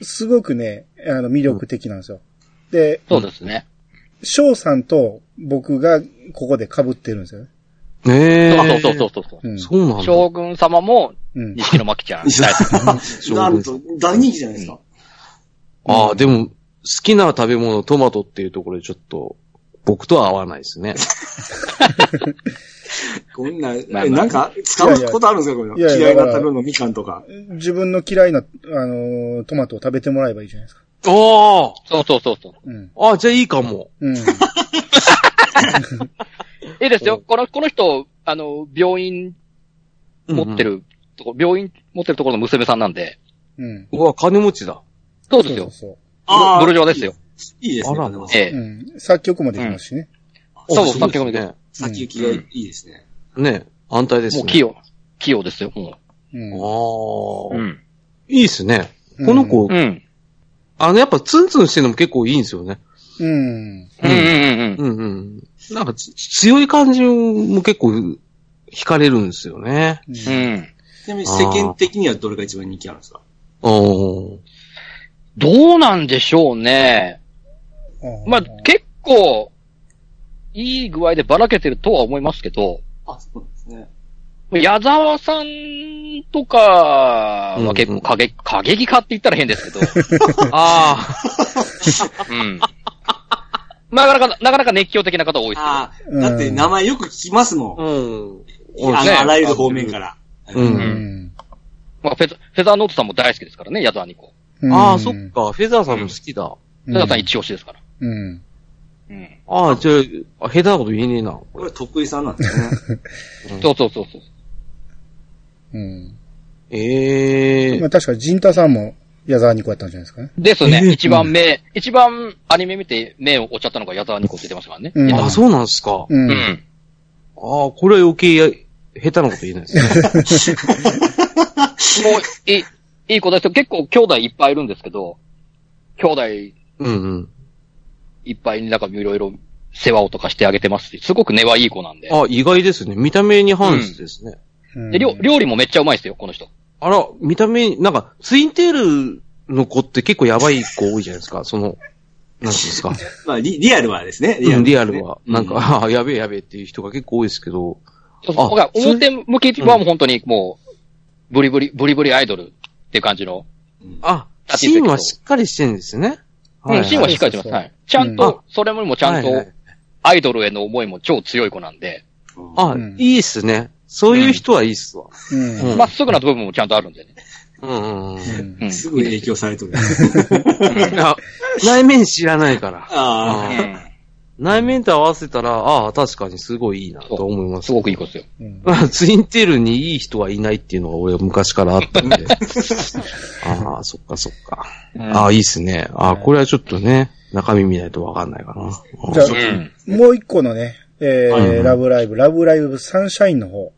Speaker 1: すごくね、あの、魅力的なんですよ。で、
Speaker 3: そうですね。
Speaker 1: 翔さんと僕がここで被ってるんですよね。
Speaker 2: ねえ。
Speaker 3: あそうそうそうそうそうう。
Speaker 1: ん。
Speaker 2: そうなんだ。
Speaker 3: 将軍様も、
Speaker 1: うん。
Speaker 3: 西野真紀ちゃん。大好き
Speaker 4: なんと、大人気じゃないですか。
Speaker 2: ああ、でも、好きな食べ物、トマトっていうところでちょっと、僕とは合わないです ね。
Speaker 4: こんな、え
Speaker 3: まあ
Speaker 4: なんか、使うことあるんですかこういうの。
Speaker 1: いやいや
Speaker 4: 嫌いな食べ物、みかんとか。
Speaker 1: 自分の嫌いな、あのートマトを食べてもらえばいいじゃないですか。
Speaker 2: あ
Speaker 3: そうそうそうそう。
Speaker 1: うん。
Speaker 2: あ、ああ、じゃあいいかも。
Speaker 1: うん。
Speaker 3: いいですよ。この、この人、あの、病院持って
Speaker 2: る。
Speaker 3: るとこ、病院持ってるところの娘さんなんで。
Speaker 1: うん。
Speaker 2: うわ、金持ちだ。
Speaker 3: そうですよ。
Speaker 1: そう
Speaker 4: あー
Speaker 3: ブルジョワですよ。
Speaker 4: いいですね。
Speaker 2: あら
Speaker 4: でも
Speaker 3: え
Speaker 1: そう
Speaker 3: え。
Speaker 1: うん。作曲もできますしね。
Speaker 3: そ
Speaker 2: あ
Speaker 3: う
Speaker 2: ですね。
Speaker 4: 先行きがいいですね。
Speaker 2: ね安泰ですね。
Speaker 3: もう器用。器用ですよ、も
Speaker 1: うん。
Speaker 2: あ
Speaker 3: う。
Speaker 2: あ、
Speaker 3: うん。
Speaker 2: いいですね。この子、
Speaker 3: うん。
Speaker 2: あの、やっぱツンツンしてるのも結構いいんですよね。
Speaker 1: うん。
Speaker 3: うんうんうん。
Speaker 2: うんうん。なんかつ、強い感じも結構、惹かれるんですよね。
Speaker 3: う
Speaker 1: うん
Speaker 3: ん。
Speaker 4: ちなみに世間的にはどれが一番人気なんですか
Speaker 2: おー
Speaker 3: どうなんでしょうね。まあ、結構、いい具合でばらけてるとは思いますけど、
Speaker 4: あ、そうなんですね。
Speaker 3: 矢沢さんとかは結構過激、過激派って言ったら変ですけど、
Speaker 2: あ
Speaker 3: うん。なかなか、なかなか熱狂的な方多いですよ。
Speaker 4: ああ、だって名前よく聞きますも
Speaker 2: あ、
Speaker 4: ん。
Speaker 2: うん。
Speaker 4: あの、あらゆる方面から。
Speaker 2: う
Speaker 1: うんん。
Speaker 3: まあ、フェザーフェザーノートさんも大好きですからね、矢沢にこ。
Speaker 2: ああ、そっか。フェザーさんも好きだ。
Speaker 1: う
Speaker 3: フ
Speaker 1: ん。
Speaker 3: ェザーさん一押しですから。
Speaker 1: うん。
Speaker 3: うん。
Speaker 2: ああ、じゃあ、下手なこと言えねえな。こ
Speaker 4: こ
Speaker 2: れ
Speaker 4: れ、得意さんなんですね。
Speaker 3: そうそうそうそう。
Speaker 1: うん。
Speaker 2: ええ
Speaker 1: まあ、確か、ジンタさんも矢沢にこうやったんじゃないですかね。
Speaker 3: ですね
Speaker 2: え。ー
Speaker 3: 一番目、一番アニメ見て目を追っちゃったのが矢沢にこって言ってましたからね。
Speaker 1: うん
Speaker 2: ああ、そうなんですか。
Speaker 1: う。
Speaker 3: うんん。
Speaker 2: ああ、これは余計や、下手なこと言えないですね。
Speaker 3: もう、いい、いい子だし、結構兄弟いっぱいいるんですけど、兄弟
Speaker 2: うんうん。
Speaker 3: いっぱいになんかいろいろ世話をとかしてあげてますし、すごく根はいい子なんで。
Speaker 2: ああ、意外ですね。見た目に反してですね。
Speaker 1: うん
Speaker 3: で料料理もめっちゃうまいですよ、この人。
Speaker 2: あら、見た目、なんか、ツインテールの子って結構やばい子多いじゃないですか。その、なんていうんですか。
Speaker 4: まあ、リリアルはですね。
Speaker 2: うんリア
Speaker 4: ですね
Speaker 2: ルは。なんか、、ああ、やべえやべえっていう人が結構多いですけど。
Speaker 3: そうそう
Speaker 2: あ
Speaker 3: だから
Speaker 2: それ
Speaker 3: 表向きはもう本当にもう、ブリブリ、ブリブリアイドルっていう感じの、
Speaker 2: あ、シーンはしっかりしてるんですね。
Speaker 3: うん、芯はしっかりしてま
Speaker 1: そ
Speaker 3: す。
Speaker 1: うそうそう
Speaker 3: はい。ちゃん
Speaker 2: うん
Speaker 3: と、それよりもちゃん
Speaker 2: はいはい
Speaker 3: と、アイドルへの思いも超強い子なんで、
Speaker 4: うん
Speaker 2: あ、
Speaker 1: うん
Speaker 2: いいっすね。そういう人はいいっすわ。
Speaker 1: うん。
Speaker 2: うん
Speaker 3: まっすぐな部分もちゃんとあるんでね。
Speaker 2: うんうんう
Speaker 1: う
Speaker 2: ん。
Speaker 1: ん
Speaker 3: うん。
Speaker 4: すぐ影響されてる。
Speaker 2: あ内面知らないから。
Speaker 4: ああ、
Speaker 2: 内面と合わせたら、ああ、確かにすごいいいなと思います
Speaker 3: す。ごくいい子ですよ。
Speaker 1: うん
Speaker 2: まあツインテールにいい人はいないっていうのが俺は昔からあったんで。ああ、そっかそっか。ああ、いいっすね。ああ、これはちょっとね、中身見ないとわかんないかな。
Speaker 1: じゃあ
Speaker 3: う、ん。
Speaker 1: もう一個のね、え
Speaker 2: はい
Speaker 1: ー、ラブライブ、ラブライブサンシャインの方。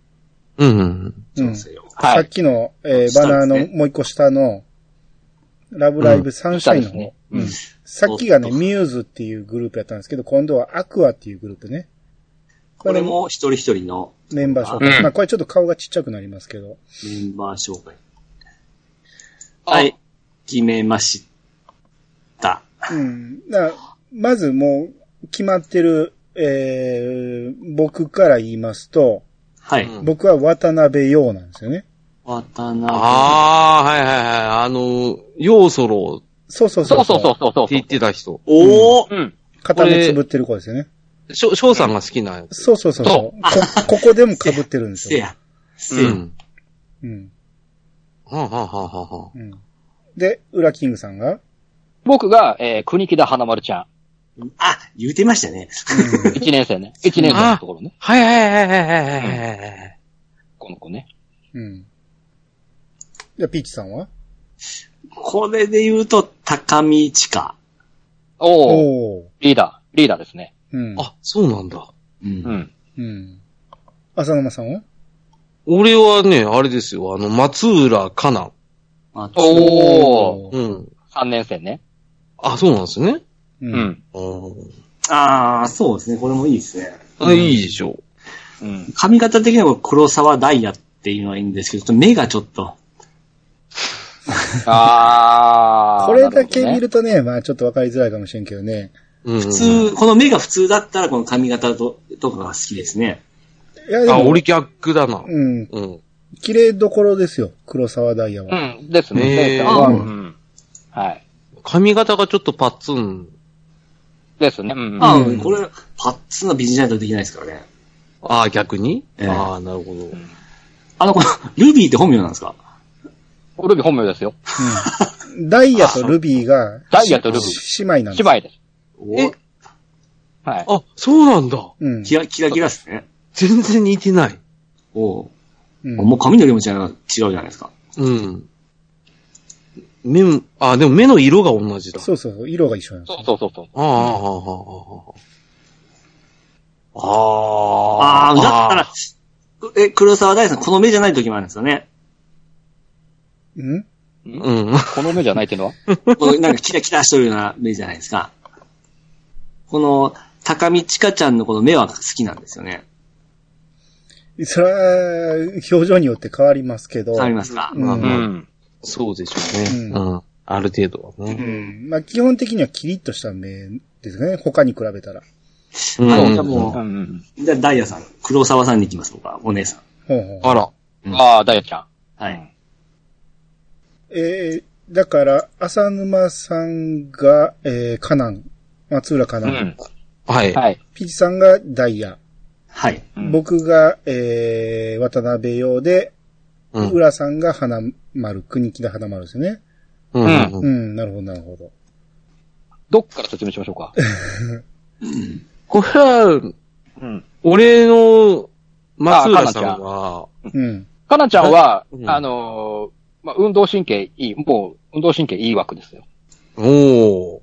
Speaker 2: うんうん。
Speaker 1: うん。
Speaker 4: そうよ。
Speaker 3: は
Speaker 1: さっ
Speaker 3: い。
Speaker 1: きの、えー、
Speaker 4: 下
Speaker 1: バナー
Speaker 4: で
Speaker 1: の
Speaker 4: す
Speaker 1: もう一個下の、ラブライブサンシャインの
Speaker 3: うん下です
Speaker 1: 方。さ
Speaker 2: うん。
Speaker 1: っきがね、
Speaker 2: おっと
Speaker 1: ミューズっていうグループやったんですけど、今度はアクアっていうグループね。
Speaker 4: これも一人一人の
Speaker 1: メンバー紹介。
Speaker 3: うん
Speaker 1: まあこれちょっと顔がちっちゃくなりますけど。
Speaker 4: メンバー紹介。
Speaker 3: あ
Speaker 4: はい。決めました。
Speaker 1: うん。だからまずもう、決まってる、えー、僕から言いますと、
Speaker 4: はい。
Speaker 2: うん
Speaker 1: 僕は渡辺陽なんですよね。
Speaker 4: 渡辺。
Speaker 2: ああ、はいはいはい。あの、要ソロ
Speaker 1: そうそうそ
Speaker 3: そう
Speaker 1: う。
Speaker 3: そうそうそうそう
Speaker 2: って言ってた人。
Speaker 4: おお、
Speaker 3: うん。
Speaker 1: 片目つぶってる子ですよね。
Speaker 2: しょ、翔さんが好きな。
Speaker 1: そうそうそうそうこ。こ こでも被ってるんです
Speaker 4: せ
Speaker 1: よ。
Speaker 4: や。
Speaker 2: う
Speaker 4: せや。
Speaker 2: ん。
Speaker 1: うん。
Speaker 2: はあ、はあはあはあはあ、
Speaker 1: うん。で、裏キングさんが、
Speaker 3: 僕が、えー、国木田花丸ちゃん。
Speaker 4: あ、言うてましたね。
Speaker 3: 1年生ね。1年生のところね。
Speaker 2: はいはいはいはいはいはいはいはい。
Speaker 3: この子ね。
Speaker 1: うん。じゃあ、ピーチさんは
Speaker 4: これで言うと、高見千佳。
Speaker 3: おお
Speaker 1: おー。
Speaker 3: リーダー、リーダーですね。
Speaker 1: うん。
Speaker 2: あ、そうなんだ。
Speaker 4: う。
Speaker 3: うんん。
Speaker 1: うん。浅沼さんは
Speaker 2: 俺はね、あれですよ、あの、松浦かな。
Speaker 4: あと、
Speaker 3: おお
Speaker 1: ー
Speaker 2: うん。
Speaker 3: 3年生ね。
Speaker 2: あ、そうなんですね。
Speaker 1: う。
Speaker 3: うんん。
Speaker 2: うん。
Speaker 4: ああ、そうですね。これもいいですね。
Speaker 2: あ、いいでしょ
Speaker 3: うん。
Speaker 4: 髪型的には黒沢ダイヤっていうのはいいんですけど、ちょっと目がちょっと。
Speaker 3: あ ー。
Speaker 1: これだけ見
Speaker 3: る
Speaker 1: るとね、まあちょっとわかりづらいかもしれんけどね。
Speaker 2: う。うん、
Speaker 4: 普通、この目が普通だったら、この髪型ととかが好きですね。
Speaker 1: いやで
Speaker 2: あ、
Speaker 1: も、
Speaker 2: 俺逆だな。
Speaker 1: うん。
Speaker 2: うん。
Speaker 1: 綺麗どころですよ。黒沢ダイヤは。
Speaker 3: うん。ですね。
Speaker 2: ねえ
Speaker 3: です
Speaker 4: あ
Speaker 3: うん。はい。
Speaker 2: 髪型がちょっとパッツン。
Speaker 3: ですね。うん。
Speaker 4: ああ、
Speaker 1: うん
Speaker 4: これ、パッツンな美人ないとできないですからね。
Speaker 2: ああ、逆に、
Speaker 4: ええ
Speaker 2: ああ、なるほど。
Speaker 4: あの、この、ルビーって本名なんですか
Speaker 3: ルビー本名ですよ。
Speaker 1: うん。ダイヤとルビーが、
Speaker 3: ダイヤとルビ
Speaker 1: し姉妹なん
Speaker 3: ー。
Speaker 1: です。
Speaker 3: 芝居です。
Speaker 4: お
Speaker 3: はい。
Speaker 2: あ、そうなんだ。
Speaker 1: うん。
Speaker 4: キラキラキラっすね。
Speaker 2: 全然似てない。
Speaker 4: おう
Speaker 1: うん
Speaker 4: もう髪の色も違うじゃないですか。
Speaker 2: うん。目も、あ、でも目の色が同じだ。
Speaker 1: そうそうそう。色が一緒なんです
Speaker 3: そう
Speaker 1: よ。
Speaker 3: そうそうそう。
Speaker 2: ああ、ああ、ああ、ああ。
Speaker 4: ああ、だった
Speaker 2: あ
Speaker 4: ら、え、黒沢大さん、この目じゃない時もあるんですよ ね。
Speaker 1: うん
Speaker 2: うん。
Speaker 3: この目じゃないっていうのは
Speaker 4: このなんかキラキラしとるような目じゃないですか。この、高見千佳ちゃんのこの目は好きなんですよね。
Speaker 1: それは、表情によって変わりますけど。
Speaker 4: わかりますか
Speaker 1: うん
Speaker 2: う
Speaker 3: うんん。
Speaker 2: そうでしょうね。
Speaker 1: う
Speaker 2: うん。ある程度は
Speaker 1: う
Speaker 2: ね。
Speaker 1: ん。まあ基本的にはキリッとした目ですね。他に比べたら。
Speaker 2: うん
Speaker 4: あじゃあもう
Speaker 3: うんうん。
Speaker 4: じゃあダイヤさん、黒沢さんに行きます、僕は、お姉さん。
Speaker 1: ほうほう。
Speaker 2: あら。
Speaker 3: あー、ダイヤちゃん。
Speaker 4: はい。
Speaker 1: えー、だから、浅沼さんが、えー、カナン、松浦カナ
Speaker 3: う
Speaker 1: ン、
Speaker 3: ん。
Speaker 2: はい。
Speaker 3: はい。
Speaker 1: ピチさんがダイヤ、
Speaker 4: はい。
Speaker 3: うん
Speaker 1: 僕が、えー、渡辺用で、
Speaker 2: うん。
Speaker 1: 浦さんが花丸、国木田花丸ですよね。
Speaker 2: うんうん
Speaker 1: う。ん、なるほど、なるほど。
Speaker 3: どっから説明しましょうか。
Speaker 2: これは、
Speaker 3: うん。
Speaker 2: 俺の松浦さんは、
Speaker 1: うん。
Speaker 3: かなちゃんは
Speaker 2: う、ん
Speaker 3: あのーまあ、運動神経いい、もう、運動神経いい枠ですよ。
Speaker 2: おお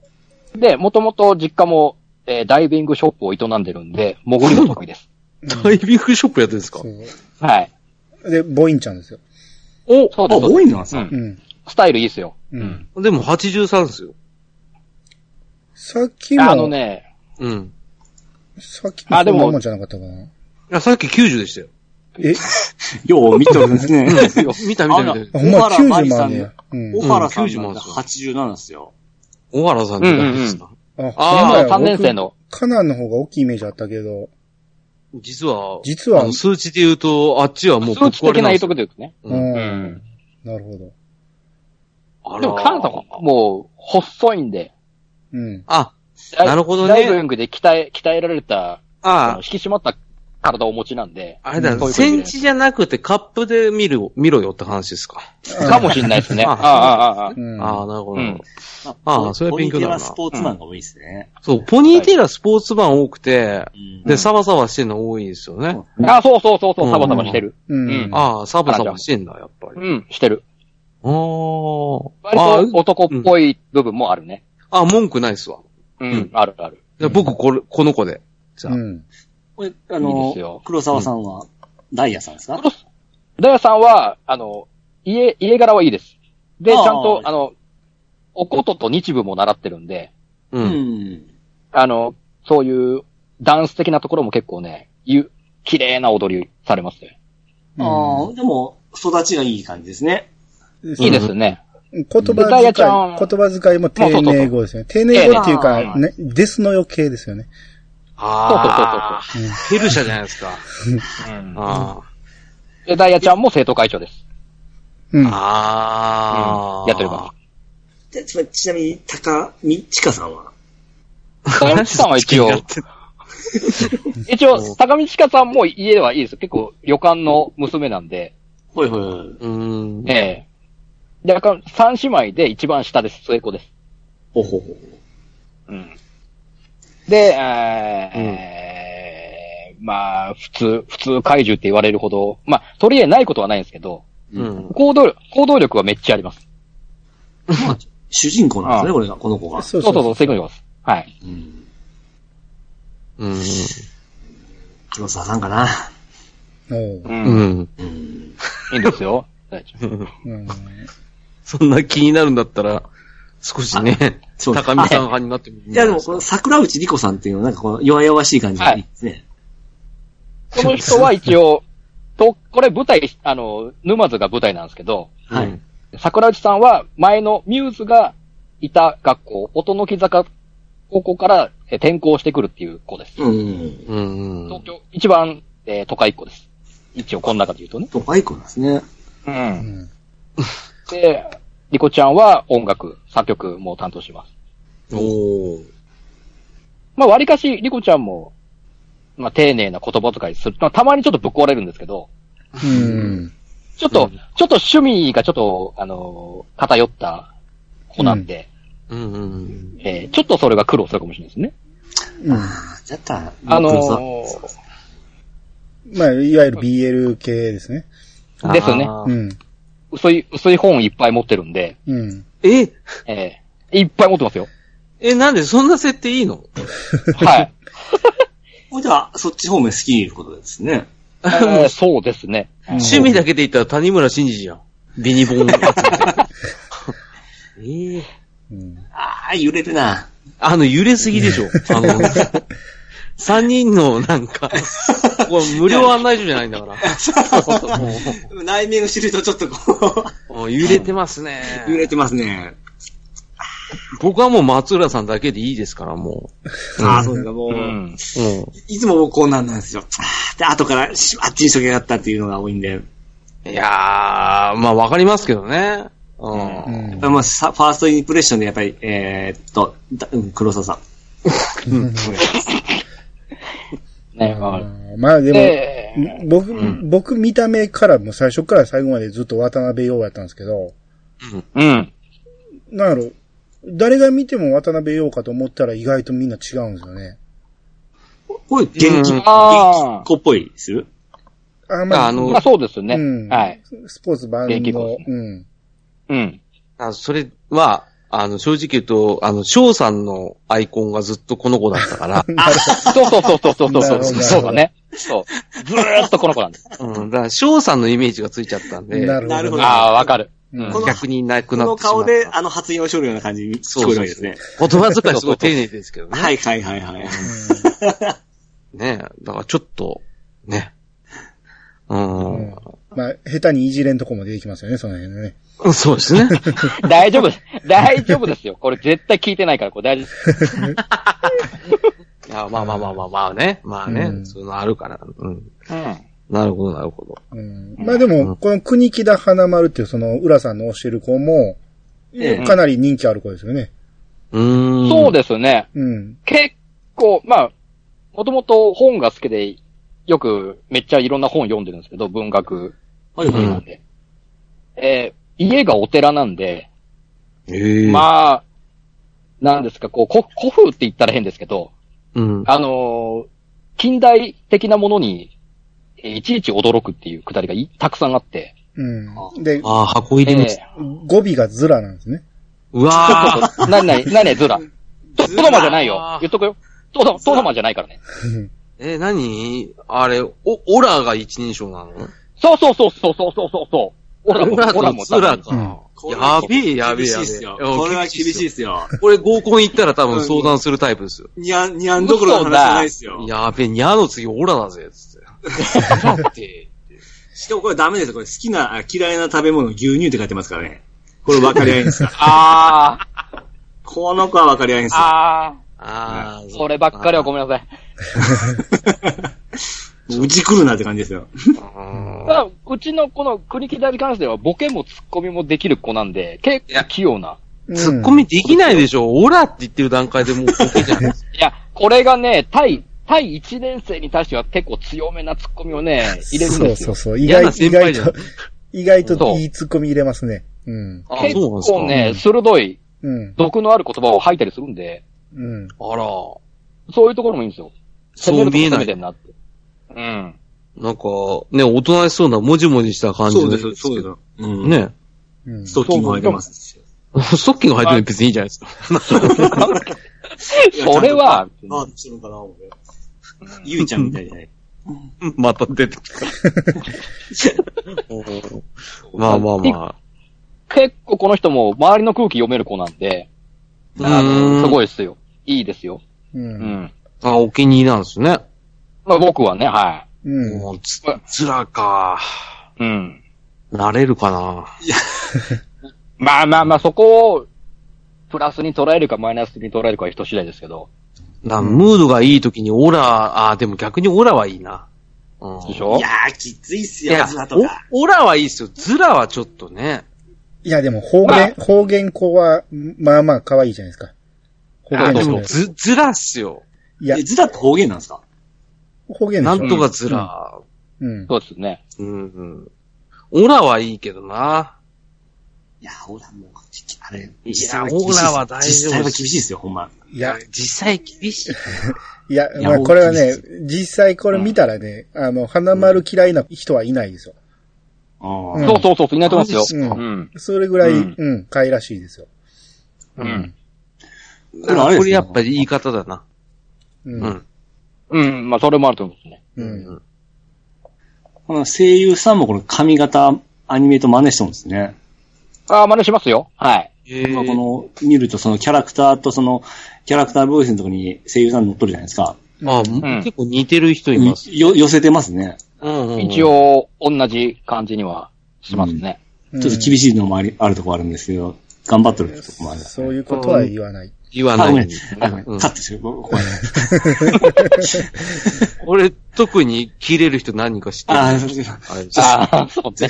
Speaker 3: で、もともと実家も、えーダイビングショップを営んでるんで、潜りも得意です。
Speaker 2: ー、ダイビングショップやってるんですか
Speaker 1: そ
Speaker 3: はい。
Speaker 1: う。で、ボインちゃんですよ。
Speaker 2: お
Speaker 3: そう
Speaker 4: あ、
Speaker 3: です。そう
Speaker 4: 多
Speaker 3: で
Speaker 4: いのなんです
Speaker 3: す
Speaker 4: か、
Speaker 1: う
Speaker 3: うん
Speaker 1: ん。
Speaker 3: スタイルいいですよ。
Speaker 1: うん。
Speaker 2: でも83ですよ。
Speaker 1: さっきも、
Speaker 3: あのね、
Speaker 2: うん。
Speaker 1: さっきも
Speaker 3: あで
Speaker 1: そん
Speaker 3: も
Speaker 1: なもんじゃなかったかな。
Speaker 2: いや、さっき90でしたよ。
Speaker 1: え、
Speaker 4: よう見とるんですね。
Speaker 2: 見た見た見た見た。
Speaker 1: あほんま
Speaker 4: 小原
Speaker 1: 90
Speaker 4: 舞
Speaker 1: もあ
Speaker 4: さん
Speaker 1: んね
Speaker 4: の
Speaker 1: や。うん。
Speaker 4: 小
Speaker 1: あ、
Speaker 4: 原さんなん
Speaker 2: うん
Speaker 4: て
Speaker 2: 90
Speaker 4: 87ですよ。
Speaker 2: 小原さんって誰ですか、
Speaker 1: ほんま
Speaker 2: あ
Speaker 1: や
Speaker 3: 3年生。の、
Speaker 1: 僕カナンの方が大きいイメージあったけど、
Speaker 2: 実は、
Speaker 1: 実は
Speaker 2: あの数値で言うと、あっちはもう
Speaker 3: 数値的な言いとこ
Speaker 2: で。
Speaker 3: ですね。
Speaker 1: う
Speaker 2: う
Speaker 1: ん。
Speaker 2: ん
Speaker 3: うん。
Speaker 1: なるほど。
Speaker 2: あら
Speaker 3: でも、かなさんはもう、細いんで。
Speaker 1: うん。
Speaker 2: あ、
Speaker 3: ダイ
Speaker 2: なるほどね
Speaker 3: ダイビングで鍛え、鍛えられた、あの
Speaker 2: あ
Speaker 3: 引、き締まった体をお持ちなんで。
Speaker 2: あれだ
Speaker 3: そう、いうこと
Speaker 2: セ
Speaker 3: 言え
Speaker 2: ン
Speaker 3: ない
Speaker 2: チじゃなくてカップで見る、見ろよって話ですか。
Speaker 3: かもしれないです ね。
Speaker 2: あ
Speaker 3: ああ、ああ、ああ。
Speaker 1: うん。
Speaker 2: ああ、なるほど。
Speaker 3: うん
Speaker 2: ああそれは勉強になるな
Speaker 4: ポニーテーラスポーツマンが多いですね。
Speaker 2: そう、ポニーテーラスポーツマン多くて、
Speaker 4: うん
Speaker 2: で、サバサバしてるの多いですよね。
Speaker 3: あ、そうそうそうそう、サバサバしてる。
Speaker 1: うん。
Speaker 3: うん
Speaker 2: ああ、サバサバしてんだ、やっぱり。
Speaker 3: うん、してる。
Speaker 2: あーあ
Speaker 3: 割と男っぽい部分もあるね。
Speaker 2: あ、あ、文句ないっすわ。
Speaker 3: うんん、あるある。
Speaker 2: じゃあ僕、これ、この子で。じゃあ。
Speaker 1: うん。
Speaker 4: これ、あ
Speaker 3: いい
Speaker 4: の
Speaker 3: ですよ、
Speaker 4: 黒沢さんは、ダイヤさんですか、
Speaker 3: ダヤさんは、あの、家、家柄はいいです。で、ち
Speaker 4: あ
Speaker 3: ゃ
Speaker 4: あ
Speaker 3: んと、あの、おことと日舞も習ってるんで、
Speaker 2: う。
Speaker 4: うんん。
Speaker 3: あの、そういうダンス的なところも結構ね、ゆ綺麗な踊りされますね。
Speaker 4: ああ、でも、育ちがいい感じですね。
Speaker 3: いいですね。
Speaker 1: 言葉遣い、言
Speaker 3: でダイヤちゃん
Speaker 1: 葉遣いも丁寧語ですよね。丁寧語っていう
Speaker 4: ええ
Speaker 1: か、ね、デスの余計ですよね。
Speaker 2: ああ、
Speaker 1: そうそうそう
Speaker 2: ペルシャじゃないですか。
Speaker 3: うん
Speaker 2: あ
Speaker 3: で、ダイヤちゃんも生徒会長です。
Speaker 1: うん。
Speaker 2: あ
Speaker 3: う
Speaker 2: あ
Speaker 3: ん。やってるか
Speaker 4: でちなちなみに、高見ちかさんは
Speaker 3: 高見さんは一 応、一応、高見千佳さんも家はいいです。結構、旅館の娘なんで、
Speaker 4: ほいほいほい。
Speaker 2: うん。
Speaker 3: ええで、だから三姉妹で一番下です。末っ子です。
Speaker 4: ほうほうほ
Speaker 3: うん。で、えーまあ、普通、普通怪獣って言われるほど、まあ、取り柄ないことはないんですけど、
Speaker 4: う。
Speaker 2: う
Speaker 4: ま
Speaker 2: ん。
Speaker 3: 行動力、行動力はめっちゃあります。
Speaker 4: あ主人公なんです
Speaker 3: あ
Speaker 4: ね、
Speaker 3: あ
Speaker 4: これが、この子が。
Speaker 1: そ
Speaker 3: そううそ
Speaker 1: そう
Speaker 3: そうう、セグニョです。はい。
Speaker 4: うん。
Speaker 2: うん。
Speaker 4: 黒沢さんかな。
Speaker 1: そう。おう
Speaker 3: う。
Speaker 2: うんん。
Speaker 4: うん。
Speaker 3: いいんですよ。大丈夫
Speaker 1: うん
Speaker 2: そんな気になるんだったら、少しね、
Speaker 4: そうです
Speaker 2: 高見さん派になってみる
Speaker 4: いや、でも、この桜内莉子さんっていうのは、なんかこの弱々しい感じがいいですね。
Speaker 3: この人は一応、と、これ舞台、あの、沼津が舞台なんですけど、
Speaker 4: は
Speaker 2: う
Speaker 4: い
Speaker 2: ん。
Speaker 3: 桜内さんは前のミューズがいた学校、音の木坂高校からえ転校してくるっていう子です。
Speaker 4: うん。
Speaker 2: うん。
Speaker 3: 東京、一番、えー都会っ子です。一応、この中で言うとね。
Speaker 4: と、バイコなんですね。
Speaker 1: う
Speaker 3: う。
Speaker 1: んん。
Speaker 3: で、リコちゃんは音楽、作曲も担当します。
Speaker 2: おー
Speaker 3: まあ、割かし、リコちゃんも、まあ、丁寧な言葉遣いする。まあ、たまにちょっとぶっ壊れるんですけど、
Speaker 1: うん。
Speaker 3: ちょっと、
Speaker 2: うん
Speaker 3: ちょっと趣味がちょっと、あのー偏った子なんで、
Speaker 2: うんうん。
Speaker 3: えーちょっとそれが苦労するかもしれないですね。
Speaker 1: うん。
Speaker 4: ああ、だったら、
Speaker 3: あの
Speaker 4: 黒沢
Speaker 3: ー
Speaker 1: まあ、いわゆる BL 系ですね。
Speaker 3: ですよね
Speaker 2: あ
Speaker 1: う
Speaker 2: ー
Speaker 1: ん。
Speaker 3: 薄い、薄い本いっぱい持ってるん で、
Speaker 1: うん。
Speaker 2: え、
Speaker 3: えーいっぱい持ってますよ。
Speaker 2: え、なんでそんな設定いいの
Speaker 3: はい。
Speaker 4: ほいでは、そっち方面好きいうことですね。
Speaker 3: えーそうですね。
Speaker 2: 趣味だけで言ったら谷村新司じゃん。ビニボン集めて。ええ
Speaker 1: うん。
Speaker 4: ああ、揺れるな。
Speaker 2: あの、揺れすぎでしょ。あの、三人のなんか、これ無料案内所じゃないんだから。も
Speaker 4: 内面を知るとちょっとこ
Speaker 2: うもう揺れてます
Speaker 4: う、 揺れ
Speaker 2: ね。
Speaker 4: てますね。
Speaker 2: 僕はもう松浦さんだけでいいですから、もう。
Speaker 4: ああ、そうですか、も
Speaker 3: う
Speaker 4: う。
Speaker 3: ん。
Speaker 2: うん。
Speaker 4: いつも僕こんなんなんですよ。あーで、後からしあっちにしとけなかったっていうのが多いんで。やっ
Speaker 2: いやー、まあわかりますけどね。う。
Speaker 1: うんん
Speaker 4: ぱりまあ、さファーストインプレッションでやっぱり、えーっと、だうん、黒沢さん。
Speaker 3: ね、わかる。
Speaker 1: まあで
Speaker 3: で、
Speaker 1: も、僕、僕見た目からも最初から最後までずっと渡辺陽やったんですけど、
Speaker 3: うん。
Speaker 1: なんやろ、誰が見ても渡辺陽かと思ったら意外とみんな違うんですよね。
Speaker 4: これ、元気、
Speaker 2: うん
Speaker 4: 元気っ
Speaker 3: あ
Speaker 4: 子っぽいですよ。
Speaker 1: あ
Speaker 2: あ
Speaker 3: あ。
Speaker 2: の
Speaker 3: まあそうですね。
Speaker 1: うん
Speaker 3: はい。
Speaker 1: スポーツ万
Speaker 3: 元気
Speaker 1: 能
Speaker 3: 坊。
Speaker 1: うん。
Speaker 3: うん。
Speaker 2: あそれは、あの、正直言うと、あの、翔さんのアイコンがずっとこの子だっ たから、
Speaker 3: そうそうそうそうそうそう
Speaker 1: な
Speaker 3: そ
Speaker 1: る
Speaker 3: う
Speaker 1: ほど
Speaker 3: そうだね。そう。ずーっとこの子なんです。
Speaker 2: うん、だから翔さんのイメージがついちゃったんで、
Speaker 1: なるほど。
Speaker 4: なるほど
Speaker 3: ああ、わかる。うん
Speaker 4: この
Speaker 2: 逆になく
Speaker 4: こ
Speaker 2: な
Speaker 4: の
Speaker 2: ってしまった。
Speaker 4: 顔で、あの発言をしょるような感じに聞こえるわけですね。
Speaker 2: 言葉遣いすごい丁寧ですけどね。
Speaker 4: はいはいはいはい。
Speaker 2: ねだからちょっと、ね。うん。
Speaker 1: うんまあ、下手にいじれんとこも出てきますよね、その辺ね。
Speaker 2: そうですね。
Speaker 3: 大丈夫です。大丈夫ですよ。これ絶対聞いてないから、これ大丈夫です。
Speaker 2: いやまあまあまあまあまあね。まあね。
Speaker 1: うん
Speaker 2: そういうのあるから。うん。
Speaker 3: うん。
Speaker 2: なるほど、なるほど。
Speaker 1: うん、まあでも、この国木田花丸っていうその浦さんの教える子も、
Speaker 4: ええ
Speaker 1: かなり人気ある子ですよね。
Speaker 2: うーん。
Speaker 3: そうですね。
Speaker 1: うん。
Speaker 3: 結構、まあ、もともと本が好きで、よくめっちゃいろんな本読んでるんですけど、文学
Speaker 4: はいは
Speaker 3: 系
Speaker 4: い
Speaker 3: な
Speaker 4: は
Speaker 3: ん
Speaker 4: い。
Speaker 3: で。えー家がお寺なんで、
Speaker 2: ええ
Speaker 3: まあ、なんですか、こう、こ古風って言ったら変ですけど、
Speaker 2: うん。
Speaker 3: あのー近代的なものに、えーいちいち驚くっていうくだりがいたくさんあって、
Speaker 1: うん。で、
Speaker 2: ああ、箱
Speaker 3: え
Speaker 2: 入りの、
Speaker 1: 語尾がズラなんです ね。
Speaker 2: うわー
Speaker 3: ー、なになに、なにずら。と、とどまじゃないよ。言っとくよ。とど、とどまじゃないからね。
Speaker 2: え、何あれ、お、オラが一人称なの
Speaker 3: そうそうそうそうそうそうそう。オラも、オラも。
Speaker 2: ズラ
Speaker 1: う
Speaker 2: か。
Speaker 4: これ
Speaker 2: や
Speaker 4: は
Speaker 2: べえ、やべえ、
Speaker 4: 厳し
Speaker 2: やべ
Speaker 4: いっ
Speaker 2: え
Speaker 4: すよ。。これは厳しいっすよ。
Speaker 2: これ合コン行ったら多分相談するタイプですよ。
Speaker 4: にゃん、にゃんどころの話じゃないっすよ。
Speaker 2: やべえ、にゃーの次オラだぜ、つって。
Speaker 3: だって、
Speaker 4: しかもこれダメですよ。これ好きな、あ嫌いな食べ物、牛乳って書いてますからね。これ分かり合いん ですよ
Speaker 5: あー、
Speaker 4: この子は分かり合いんですよ。
Speaker 5: あ
Speaker 2: ああ、
Speaker 5: ー、そればっかりはごめんなさい。
Speaker 4: もううち来るなって感じですよ。
Speaker 2: うん
Speaker 3: ただ、うちのこの国木田に関しては、ボケもツッコミもできる子なんで、結構器用な。
Speaker 1: うん
Speaker 2: ツッコミできないでしょ。オラって言ってる段階でもうボケじゃ ないですか。
Speaker 5: い
Speaker 3: い
Speaker 5: や
Speaker 3: や、これがね、対、対1年生に対しては結構強めなツッコミ をね、入れるん
Speaker 1: そう
Speaker 3: です
Speaker 1: そ
Speaker 3: よ
Speaker 1: う。そう。意
Speaker 2: 嫌
Speaker 1: 外
Speaker 2: な
Speaker 1: と、意
Speaker 2: 先
Speaker 1: 外
Speaker 2: 輩じゃん
Speaker 1: と、意外と
Speaker 3: そう
Speaker 1: いいツッコミ入れますね。うん。
Speaker 2: あ
Speaker 3: 結
Speaker 2: そうなんですか
Speaker 3: 構ね、鋭い、
Speaker 1: うん。
Speaker 3: 毒のある言葉を吐いたりするんで、
Speaker 1: うん。
Speaker 2: あら、
Speaker 3: そういうところもいいんですよ。
Speaker 2: そう見えな
Speaker 3: 攻めて
Speaker 2: い。
Speaker 3: んなって。うん。
Speaker 2: なんか、ね、大人しそうな、もじもじした感じ
Speaker 4: そう
Speaker 2: の
Speaker 4: ですよ、そうですよ。うん。。
Speaker 2: ね。
Speaker 1: うん。
Speaker 4: ストッキングもあげますし。
Speaker 2: ストッキング履いてるの別にいいんじゃないですか。
Speaker 3: それは、
Speaker 4: ああ、するのかな、思うよゆいちゃんみたいじゃない。
Speaker 2: また出てきた。まあまあま
Speaker 3: 結構この人も周りの空気読める子なんで、
Speaker 2: あ。
Speaker 3: あの、す
Speaker 2: い。
Speaker 3: ごいですよ。いいですよ。
Speaker 1: う。
Speaker 3: うんん。
Speaker 2: あ、お気に入りなんですね。
Speaker 3: まあ僕はね、は
Speaker 1: うん。
Speaker 2: もう、つ、つらか。
Speaker 3: い。うん。
Speaker 2: なれるかな。
Speaker 3: まあまあまあ、そこを、プラスに捉えるかマイナスに捉えるかは人次第ですけど。
Speaker 2: なムードがいい時にオラ、あ、でも逆にオラはいいな。うん
Speaker 3: でしょ
Speaker 4: いやー、きついっす
Speaker 2: い
Speaker 4: よ、
Speaker 2: や
Speaker 4: ズラとか。、
Speaker 2: おオラはいいっすよ。ズラはちょっとね。
Speaker 1: いや、でも方
Speaker 3: まあ
Speaker 1: 言、方言子は、まあまあ可愛いじゃないですか。方
Speaker 2: あ
Speaker 1: 言
Speaker 2: で
Speaker 1: の
Speaker 2: も、
Speaker 1: 子。
Speaker 2: ず、ズラっすよ。
Speaker 1: いや
Speaker 4: え、、ズラって方言なんですか
Speaker 1: 方言で
Speaker 2: な
Speaker 1: しょ
Speaker 2: んとかズラ。
Speaker 1: うん。
Speaker 3: そうですね。
Speaker 2: うん、うん。オラはいいけどな。
Speaker 4: いや、ほら、もう、あれ、
Speaker 2: い
Speaker 4: 実際
Speaker 2: や
Speaker 4: は厳しいっ
Speaker 2: オー
Speaker 4: す
Speaker 2: ラは大丈夫っす
Speaker 4: 実際は厳しいですよ、ほんま。
Speaker 1: いや、
Speaker 2: 実際厳しい。
Speaker 1: いや、
Speaker 4: いや
Speaker 1: まあこれは
Speaker 4: 大
Speaker 1: ね
Speaker 4: きい、
Speaker 1: 実際これ見たらね、あの、花丸嫌いな人はいないですよ。
Speaker 4: あ
Speaker 1: うん
Speaker 4: あ。
Speaker 3: そうそうそう、いないと思いますよ。
Speaker 1: う。
Speaker 3: うんん。
Speaker 1: それぐらい、
Speaker 3: うん
Speaker 1: うん、可愛らしいですよ。
Speaker 3: うん。
Speaker 4: これあれですね
Speaker 2: これやっぱり言い方だな。
Speaker 1: う。
Speaker 2: うんん。
Speaker 3: うん。まあ、それもあると思うんですね。
Speaker 1: うん。
Speaker 4: この声優さんもこの髪型、アニメと真似してるんですね。
Speaker 3: ああ、真似しますよ。はい。
Speaker 2: えー
Speaker 4: まあこの、見るとそのキャラクターとその、キャラクターボイスのとこに声優さん乗っとるじゃないですか。
Speaker 2: あ、結構似てる人います。
Speaker 4: よ、寄せてますね。
Speaker 2: うんうんうん
Speaker 3: 一。応、同じ感じにはしますね。
Speaker 1: うん
Speaker 4: ちょっと厳しいのもあり、あるとこあるんですけど、頑張ってるとこもある。
Speaker 1: そういうことは言わない。
Speaker 2: 言わ
Speaker 4: あ、
Speaker 2: な
Speaker 4: ごめん
Speaker 2: い。。
Speaker 4: あ、ごめん。
Speaker 2: うん
Speaker 4: カットしてごめん。
Speaker 2: 俺、特に切れる人何人か知ってる。
Speaker 4: あ
Speaker 2: あ
Speaker 4: ー、それ
Speaker 2: れです
Speaker 3: ああ、そうね。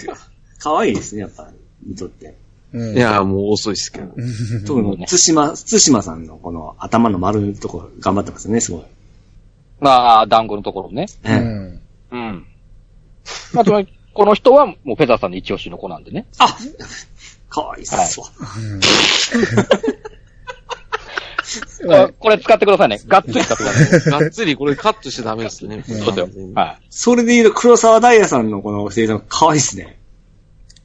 Speaker 4: 可愛いですね、やっぱ、見とって。
Speaker 1: うん。
Speaker 2: いや、もう遅いっすけど。
Speaker 4: 特
Speaker 3: そう
Speaker 4: に、
Speaker 3: ね
Speaker 4: 津島、津島さんのこの頭の丸いとこ頑張ってますよね、すごい。
Speaker 3: まあ、団子のところね。
Speaker 1: う
Speaker 4: ええ
Speaker 1: ん。
Speaker 3: うん。まあ、つまり、この人はもうフェザーさんの一押しの子なんでね。
Speaker 4: あ可愛いっすわ。
Speaker 1: まあ
Speaker 3: あこれ使ってくださいね。がっつり使ってください。
Speaker 2: がっつりこれカットしちゃダメですね。
Speaker 3: そうだよ。は
Speaker 4: それで言うと、黒沢ダイヤさんのこの声優さん、可愛いっすね。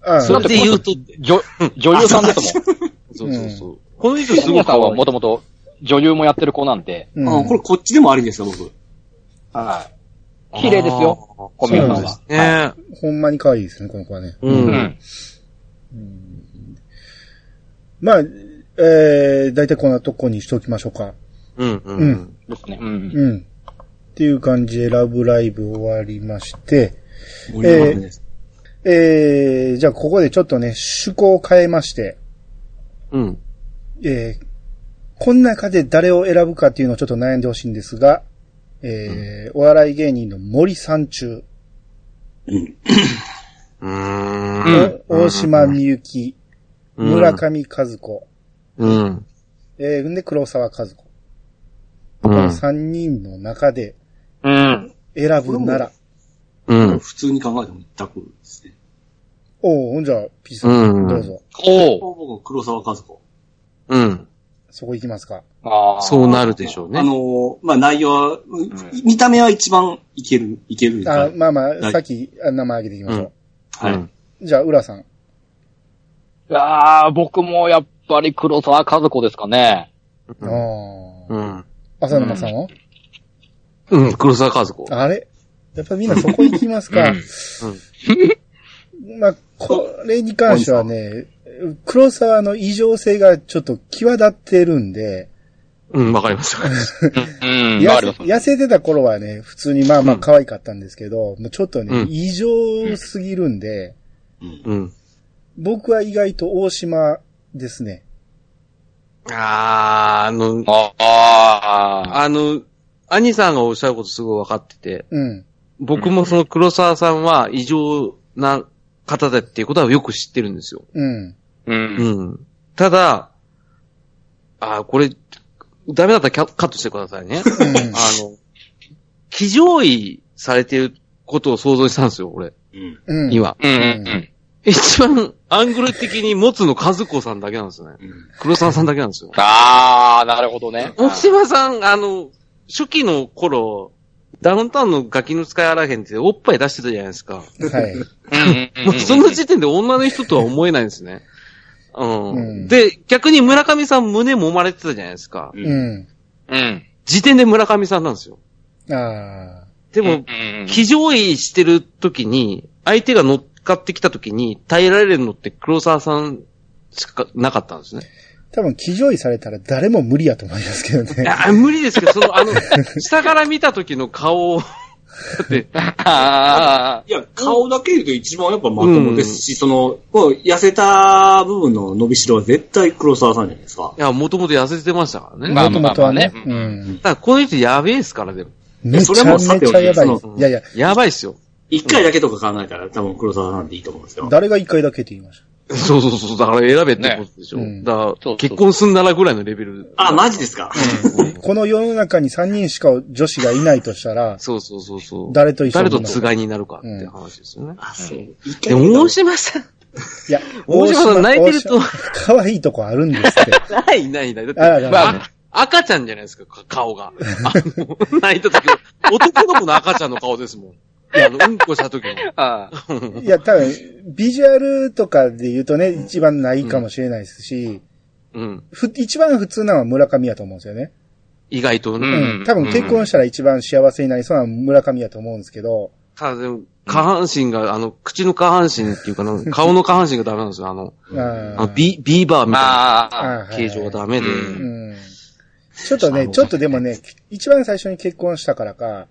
Speaker 1: あ
Speaker 2: それで言うと、
Speaker 3: い。女、女優さんですもん。
Speaker 2: そうそうそう。この人す
Speaker 3: す
Speaker 2: ご
Speaker 3: ご
Speaker 2: い
Speaker 3: さ
Speaker 2: 可
Speaker 3: んは
Speaker 2: 愛い
Speaker 3: も。ともと女優もやってる子なんで。
Speaker 1: うん
Speaker 4: あこれこっちでもありですよ、僕。
Speaker 3: はい。綺麗ですよ。小宮さん
Speaker 1: そうで
Speaker 3: は。
Speaker 2: ね
Speaker 1: ほんまに可愛いですね、この子はね。
Speaker 2: う。
Speaker 3: うんん。
Speaker 1: まあ、えー、だいたいこんなとこにしておきましょうか。
Speaker 2: うん。う。
Speaker 1: うん
Speaker 3: ですね。うん。
Speaker 1: うん。っていう感じで、ラブライブ終わりまして、
Speaker 4: 森山君です。
Speaker 1: えー、じゃあここでちょっとね、趣向を変えまして、
Speaker 2: うん。
Speaker 1: えー、こんな中で誰を選ぶかっていうのをちょっと悩んでほしいんですが、えー、お笑い芸人の森三中、
Speaker 2: うーん。
Speaker 3: うん
Speaker 1: お大島みゆき、
Speaker 2: うん
Speaker 1: 村上和子、
Speaker 2: うん。
Speaker 1: えー、で、黒沢和子。
Speaker 2: う
Speaker 1: この
Speaker 2: ん。
Speaker 1: 3人の中で
Speaker 3: うん。
Speaker 1: 選ぶなら、
Speaker 2: うん。
Speaker 4: 普通に考えても一択ですね。
Speaker 1: おうほんじゃあ、ピースさ
Speaker 2: うん
Speaker 1: ん、どうぞ。
Speaker 3: おう。
Speaker 4: 僕、黒沢和子。
Speaker 2: うん。
Speaker 1: そこ行きますか。
Speaker 3: ああ。
Speaker 2: そうなるでしょうね
Speaker 4: あ。のー、まあ、内容は、うん見た目は一番いける、いける。
Speaker 1: あまあま
Speaker 4: は
Speaker 1: あ、
Speaker 4: い
Speaker 1: さっきあ名前挙げていきましょ
Speaker 4: はい。
Speaker 2: うん
Speaker 1: う。じゃあ、浦さん。
Speaker 3: ああ、僕もやっぱり黒沢和子ですかね。
Speaker 1: あ
Speaker 2: う
Speaker 1: ー
Speaker 2: んうん。
Speaker 1: 浅沼さんは
Speaker 2: うん。黒沢和子。
Speaker 1: あれやっぱみんなそこ行きますか。まあ、これに関してはね、黒沢の異常性がちょっと際立ってるんで、
Speaker 2: うん、わかります。
Speaker 3: うん、
Speaker 1: や
Speaker 3: わかります。
Speaker 1: 痩せてた頃はね、普通にまあまあ
Speaker 2: うん
Speaker 1: 可愛かったんですけど、もうちょっとね、
Speaker 2: うん
Speaker 1: 異常すぎるんで、
Speaker 2: うん。
Speaker 1: 僕は意外と大島ですね。
Speaker 2: あー、あの、
Speaker 3: ああ
Speaker 2: あの、兄さんがおっしゃることすごい分かってて、
Speaker 1: うん。
Speaker 2: 僕もその黒沢さんは異常な方だっていうことはよく知ってるんですよ。
Speaker 1: うん。
Speaker 3: ー、うん。
Speaker 2: うん。ただ、あーこれ、ダメだったらキャカットしてくださいね。
Speaker 1: うん
Speaker 2: あの、気乗位されてることを想像したんですよ、俺。
Speaker 4: うん。
Speaker 1: うん。
Speaker 2: 今。
Speaker 3: うん、うん、
Speaker 2: 一番アングル的に持つの和子さんだけなんですよね。
Speaker 4: うん。
Speaker 2: 黒沢さんだけなんですよ。
Speaker 3: ああ、なるほどね。
Speaker 2: 大島さん、あの、初期の頃、ダウンタウンのガキの使いあらへんっておっぱい出してたじゃないですか。
Speaker 1: はい。
Speaker 3: うんうん
Speaker 2: も
Speaker 3: う
Speaker 2: うんその時点で女の人とは思えないんですね。うん。
Speaker 1: うん
Speaker 2: で、逆に村上さん胸揉まれてたじゃないですか。
Speaker 1: う
Speaker 3: うん。
Speaker 2: 時点で村上さんなんですよ。
Speaker 1: ん。ああ。
Speaker 2: で
Speaker 3: う
Speaker 2: も
Speaker 3: ん、うん
Speaker 2: 非常位してる時に、相手が乗っかってきた時に耐えられるのって黒沢さんしかなかったんですね。
Speaker 1: 多分、騎乗位されたら誰も無理やと思いますけど
Speaker 2: い
Speaker 1: ね。
Speaker 2: や、無理ですけど、その、あの、 下から見た時の顔を、だって、
Speaker 3: あ
Speaker 4: いや、顔だけで一番やっぱまともですし、その、こう痩せた部分の伸びしろは絶対黒沢さんじゃないですか
Speaker 2: い。や、もともと痩せてましたからね。
Speaker 3: まあ
Speaker 1: もともとはね。
Speaker 3: まあ
Speaker 1: う
Speaker 3: まあ
Speaker 1: ん。
Speaker 2: ただ、この人やべえですから、でも。
Speaker 1: めち
Speaker 4: それ
Speaker 1: ゃ
Speaker 4: はも
Speaker 1: め
Speaker 4: うさてお
Speaker 1: ち
Speaker 4: き
Speaker 1: ゃやばいです
Speaker 4: そ。
Speaker 1: いやいや、
Speaker 2: やばいっ すよ。
Speaker 4: 一回だけとか考えたら多分黒沢さんでいいと思うんですよ。
Speaker 1: 誰が一回だけって言いまし
Speaker 2: そうそうそう、だから選べってことでしょ。
Speaker 1: ねうん
Speaker 2: だか
Speaker 3: そうそ
Speaker 2: ら、
Speaker 3: う
Speaker 2: 結婚すんならぐらいのレベル。
Speaker 4: あ、マジですか
Speaker 1: たこの世の中に3人しか女子がいないとしたら、
Speaker 2: そうそうそうそう。
Speaker 1: 誰と一緒に
Speaker 2: 誰とつがいになるかっていう話ですよね。
Speaker 4: あ、そう。一
Speaker 2: で
Speaker 4: 回
Speaker 2: も、大島さん、
Speaker 1: いや、
Speaker 2: 大島さん泣いてると
Speaker 1: 大島可愛いとこあるんですって。
Speaker 2: ないないない。だって、
Speaker 1: あらら
Speaker 2: まあ、赤ちゃんじゃないですか、か顔が。あの、泣いた時の、男の子の赤ちゃんの顔ですもん。いや、あの、うんこした時の。
Speaker 3: あ、ああ。
Speaker 1: いや、多分、ビジュアルとかで言うとね、一番ないかもしれないですし、
Speaker 2: うん。
Speaker 1: ふ一番普通なのは村上やと思うんですよね。
Speaker 2: 意外とね。
Speaker 3: う
Speaker 1: うんん。多分結婚したら一番幸せになりそうなのは村上やと思うんですけど、
Speaker 2: ただでも、下半身が、あの、口の下半身っていうかな、顔の下半身がダメなんですよ。あの、あの
Speaker 1: あ
Speaker 2: ビビーバーみた
Speaker 3: ああ。
Speaker 2: いな形状がダメで。
Speaker 3: う
Speaker 1: うんんちょっとね、ちょっとでもね、一番最初に結婚したからか、
Speaker 2: うん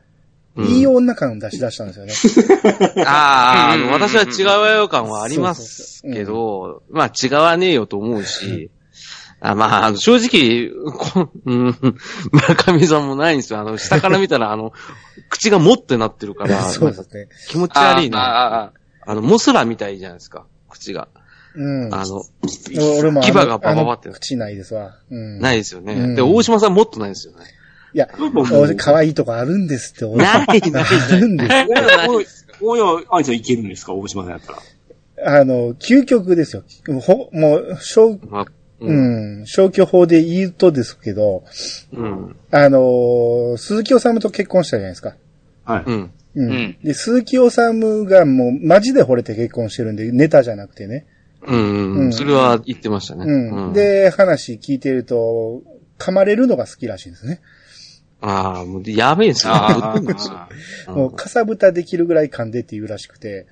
Speaker 1: いい女感を出し出したんですよね。
Speaker 2: ああ、あ
Speaker 3: うん
Speaker 2: の私は違うわよ感はありますけど、まあ違わねえよと思うし、あまあ、あの正直、こ うん、村上さんもないんですよ。あの、下から見たら、あ の、口がもってなってるから、
Speaker 1: そうですね。
Speaker 2: 気持ち悪いな。あ
Speaker 3: ああ。
Speaker 2: の、モスラみたいじゃないですか、口が。
Speaker 1: うん。
Speaker 2: あの、
Speaker 1: 俺もあの
Speaker 2: 牙がバババって
Speaker 1: あの口ないですわ。うん。。
Speaker 2: ないいですよね。
Speaker 1: うん
Speaker 2: で、大島さんもっとないですよね。
Speaker 1: いや、お可愛いとこあるんですって、俺。
Speaker 2: な いないない
Speaker 1: あるんです。
Speaker 4: おい、おい、おい、アニさんいけるんですか大島さんやったら。
Speaker 1: あの、究極ですよ。ほ、もう、消、
Speaker 2: まあ、
Speaker 1: う
Speaker 2: うん。
Speaker 1: ん、消去法で言うとですけど、
Speaker 2: うん。
Speaker 1: あのー鈴木治と結婚したじゃないですか。
Speaker 4: はい。
Speaker 2: うん。
Speaker 1: うん。
Speaker 3: うん
Speaker 1: で、鈴木治がもう、マジで惚れて結婚してるんで、ネタじゃなくてね。
Speaker 2: うん
Speaker 1: う
Speaker 2: うんん。それは言ってましたね。
Speaker 1: うん。、で、話聞いてると、噛まれるのが好きらしいんですね。
Speaker 2: ああ、もうでやべえんすよ。
Speaker 3: あ
Speaker 2: ぶっ飛んでんすよ
Speaker 3: あ。
Speaker 2: うん
Speaker 1: もう、かさぶたできるぐらい噛んでって言うらしくて。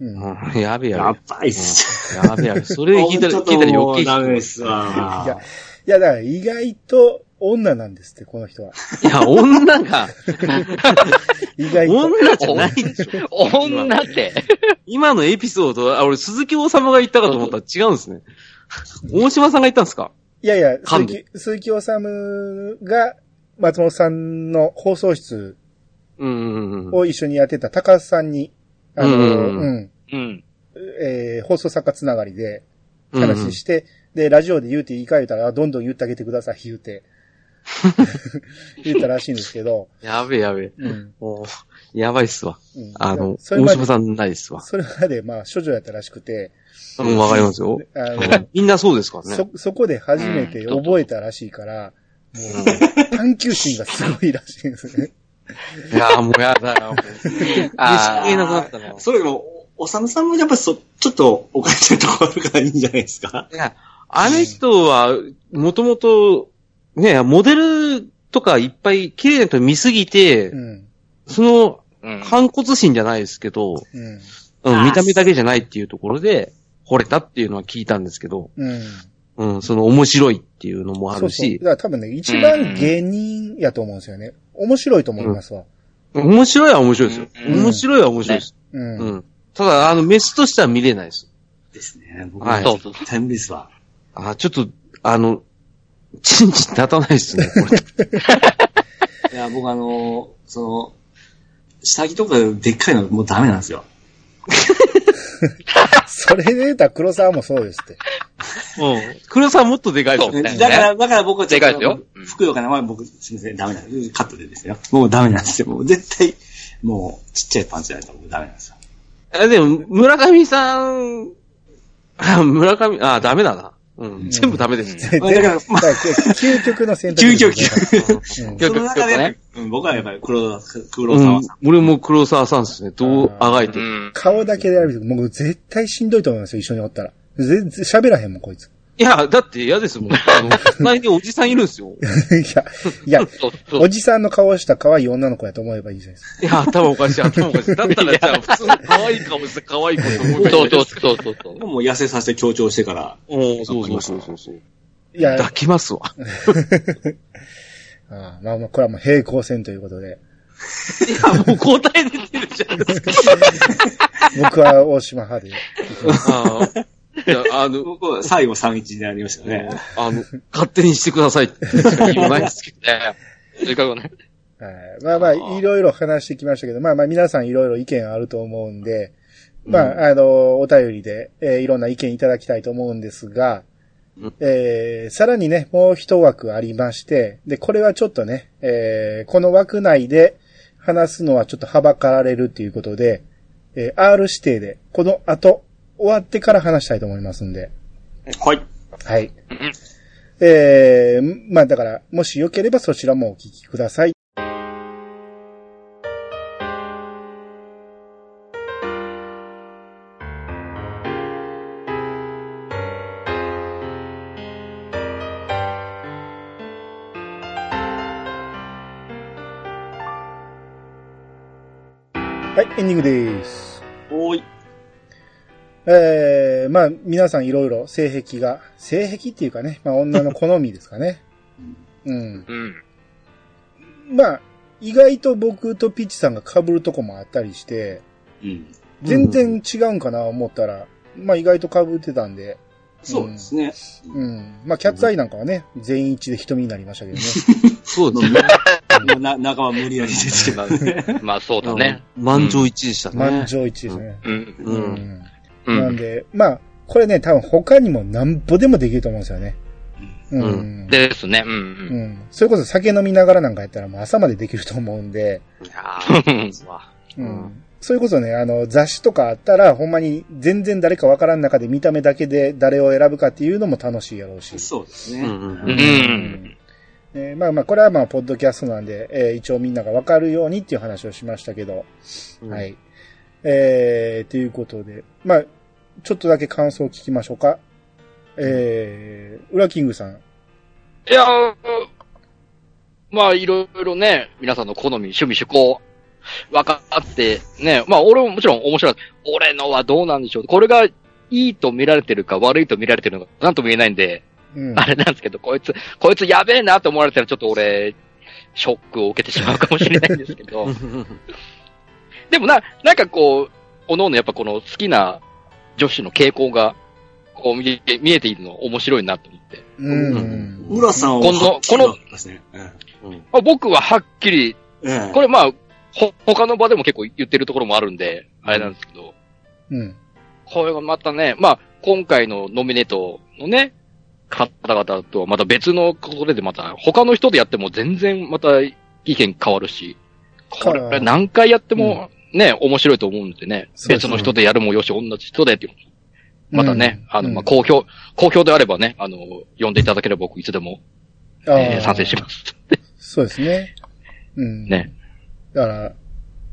Speaker 1: うん。
Speaker 2: うん やべえや
Speaker 4: や
Speaker 2: べ
Speaker 4: ばいっ
Speaker 2: え。
Speaker 4: す。
Speaker 2: うんやべえやべえ。それ聞いたら、聞いたら余計
Speaker 4: ダメ
Speaker 2: 引
Speaker 4: ですわ。
Speaker 1: いや、いや、だから意外と女なんですって、この人は。
Speaker 2: く。いや、女 が、
Speaker 1: 意外と。
Speaker 2: 女じゃないでしょ。
Speaker 3: 女って。
Speaker 2: 今のエピソード、あ、俺、鈴木王様が言ったかと思ったら違うんですね。大島さんが言ったんですか
Speaker 1: いやいや、
Speaker 2: 噛
Speaker 1: 鈴
Speaker 2: ん
Speaker 1: 木
Speaker 2: で、
Speaker 1: 鈴木治が、松本さんの放送室
Speaker 2: うんうんうん。
Speaker 1: を一緒にやってた高須さんに、あの、う
Speaker 2: うんん、
Speaker 3: うん。
Speaker 1: えー放送作家つながりで
Speaker 2: うんうん
Speaker 1: 話して、で、ラジオで言うて言い換えたら、どんどん言ってあげてください、言う て。言ったらしいんですけど、
Speaker 2: やべえやべえ。
Speaker 1: うん。
Speaker 2: もうやばいっすわ。
Speaker 1: うん
Speaker 2: あの、
Speaker 1: それま
Speaker 2: 大
Speaker 1: で
Speaker 2: 島さんないっすわ。
Speaker 1: それまで、まあ、処女やったらしくて、
Speaker 2: うん、わかりま すよ。
Speaker 1: あ
Speaker 2: うんみんなそうですからね。
Speaker 1: の、そ、そこで初めて覚えたらしいから、もう、探求心がすごいらしいんですね。
Speaker 2: いやーもうやだよ。
Speaker 3: あ
Speaker 2: 飯食えなくなったな。
Speaker 4: それも、おさむさんもやっぱそ、ちょっとおかしいとこあるからいいんじゃないですか
Speaker 2: いや、あの人は、もともと、ね、モデルとかいっぱい綺麗な人見すぎて、
Speaker 1: うん。
Speaker 2: その、
Speaker 3: うん。
Speaker 2: 反骨心じゃないですけど、
Speaker 1: うん。
Speaker 2: うん
Speaker 4: あー
Speaker 2: 見た目だけじゃないっていうところで、惚れたっていうのは聞いたんですけど、
Speaker 1: うん。
Speaker 2: うん、その面白いっていうのもあ
Speaker 1: そう
Speaker 2: る
Speaker 1: そう。
Speaker 2: し
Speaker 1: だ、から多分ね、一番芸人やと思うんですよね。面白いと思いますわ。
Speaker 2: 面白いは面白いですよ。
Speaker 1: うん
Speaker 2: 面白いは面白いです。
Speaker 1: うん。
Speaker 2: うん。ただ、あの、メスとしては見れないです。
Speaker 4: ですね。僕
Speaker 2: は
Speaker 4: はい
Speaker 3: そうそう
Speaker 4: 絶対無理ですわ。
Speaker 2: あ、ちょっと、あの、チンチン立たないですね、これ。
Speaker 4: いや、僕あの、その、下着とかでっかいのもうダメなんですよ。
Speaker 1: それで言うたら黒沢もそうですって。
Speaker 2: うん。黒さんもっとでかいです
Speaker 3: そ
Speaker 2: よ。
Speaker 3: う
Speaker 4: だ
Speaker 3: ね
Speaker 4: から、だから僕はちょっと
Speaker 3: でかいですようん
Speaker 4: ふくよかな、まあ僕、すみません、ダメなんです。カットでですよ。もうダメなんですよ。もう絶対、もう、ちっちゃいパンツじゃないと僕ダメなんですよ。
Speaker 2: え、でも、村上さん、あ村上、あ、ダメだな。うん。全部ダメです。
Speaker 1: だから、だから究極の選択
Speaker 4: 究
Speaker 1: 肢
Speaker 4: 極
Speaker 1: ですね。うん
Speaker 2: 結
Speaker 4: そ
Speaker 2: 局
Speaker 4: の中でやっぱり
Speaker 2: ね、
Speaker 4: うん僕はやっぱり黒沢、黒
Speaker 2: う
Speaker 4: 沢
Speaker 2: ん
Speaker 4: さん。。
Speaker 2: 俺も黒沢さんですね。どうあがいて
Speaker 3: う。ん。
Speaker 1: 顔だけで選ぶと、もう絶対しんどいと思いますよ、一緒におったら。全然喋らへんもん、こいつ。
Speaker 2: いや、だって嫌 ですもん。あの、隣におじさんいるんですよ。
Speaker 1: いや、いや、
Speaker 3: そうそう
Speaker 1: お。じさんの顔した可愛い女の子やと思えばいいじゃないですか。
Speaker 2: いや、頭おかしい、頭おかしい。だったらじゃあ、普通の可愛い顔して可愛い子と思えばいい
Speaker 3: そうそうそうそうそう。
Speaker 4: もう痩せさせて強調してから、
Speaker 2: うんそうそうそうそうそう。
Speaker 1: いや、
Speaker 2: 抱きますわ。
Speaker 1: ああまあまあ、これはもう平行線ということで。
Speaker 2: いや、もう答え出てるじゃないですか。
Speaker 1: 僕は大島派で。
Speaker 2: あーいや、あの、
Speaker 4: 僕は最後3-1になりましたね。
Speaker 2: あの、勝手にしてくださいってしか言わないですけど。
Speaker 3: ねということね。
Speaker 1: はいまあまあ、いろいろ話してきましたけど、まあまあ皆さんいろいろ意見あると思うんで、まあ、あの、お便りで、えーいろんな意見いただきたいと思うんですが
Speaker 2: うん、
Speaker 1: えーさらにね、もう一枠ありまして、で、これはちょっとね、えーこの枠内で話すのはちょっとはばかられるっていうことで、えー R 指定で、この後、終わってから話したいと思いますんで、
Speaker 4: はい。
Speaker 1: はい。
Speaker 3: うん
Speaker 1: えー、まあだから、もしよければそちらもお聞きください。はい、エンディングです。
Speaker 4: おーい。
Speaker 1: えー、まあ、皆さんいろいろ性癖が、性癖っていうかね、まあ、女の好みですかね。うん。
Speaker 3: うん。
Speaker 1: まあ、意外と僕とピッチさんが被るとこもあったりして、
Speaker 4: うん。
Speaker 1: 全然違うんかな思ったら、まあ意外と被ってたんで、
Speaker 4: そうですね。
Speaker 1: うん。まあ、キャッツアイなんかはね、全員一致で瞳になりましたけどね。
Speaker 2: そうですね。
Speaker 4: もうな、仲間無理やりですけどね。
Speaker 3: まあそうだね。
Speaker 2: 満場一致でしたね。
Speaker 1: 満場一致ですね。
Speaker 3: うん。
Speaker 2: う。
Speaker 1: うんん。
Speaker 3: う
Speaker 1: なん
Speaker 3: ん。
Speaker 1: で、まあ、これね、多分他にもなんぼでもできると思うんですよね。うん。
Speaker 2: う
Speaker 3: ですね。う。
Speaker 1: うんん。それこそ酒飲みながらなんかやったらもう朝までできると思うんで、
Speaker 2: いやーそうだ
Speaker 1: う
Speaker 2: うんん
Speaker 1: それこそね、あの、雑誌とかあったら、ほんまに全然誰かわからん中で見た目だけで誰を選ぶかっていうのも楽しいやろうし。
Speaker 4: そうです
Speaker 2: う
Speaker 4: ね。
Speaker 2: んうん
Speaker 3: う
Speaker 2: うん
Speaker 3: ん。
Speaker 1: えーまあまあ、これはまあ、ポッドキャストなんで、えー一応みんながわかるようにっていう話をしましたけど、
Speaker 2: うん
Speaker 1: は。い。えー、ということで、まあ、ちょっとだけ感想を聞きましょうか。えー、ウラキングさん。
Speaker 3: いやーまあいろいろね、皆さんの好み、趣味、趣向、分かって、ね、まあ俺ももちろん面白い。俺のはどうなんでしょう。これがいいと見られてるか悪いと見られてるのか、なんとも言えないんで、
Speaker 1: うん
Speaker 3: あ。れなんですけど、こいつ、こいつやべえなと思われたらちょっと俺、ショックを受けてしまうかもしれないんですけど
Speaker 2: う。ん
Speaker 3: でもな、なんかこう、おのおのやっぱこの好きな女子の傾向が、こう見え見えているの面白いなと思って。
Speaker 1: うん。
Speaker 4: 浦さんは、
Speaker 3: このこの
Speaker 4: はっきり分かりますね、
Speaker 2: うん
Speaker 3: まあ、僕ははっきり、
Speaker 4: うん。
Speaker 3: これまあ、ほ、他の場でも結構言ってるところもあるんで、あれなんですけど、
Speaker 1: うん。
Speaker 3: これがまたね、まあ、今回のノミネートのね、方々とはまた別のことでまた、他の人でやっても全然また意見変わるし、こ
Speaker 1: から
Speaker 3: れ何回やってもね、面白いと思うんでね、
Speaker 1: そうです
Speaker 3: 別
Speaker 1: ね
Speaker 3: の人でやるもよし、同じ人でっていうまたね、
Speaker 1: うん
Speaker 3: あの、まあ、好評、好評であればね、あの、呼んでいただければ僕いつでも、
Speaker 1: あー
Speaker 3: えー賛成します。
Speaker 1: そうですね。うん。
Speaker 3: ね。
Speaker 1: だから、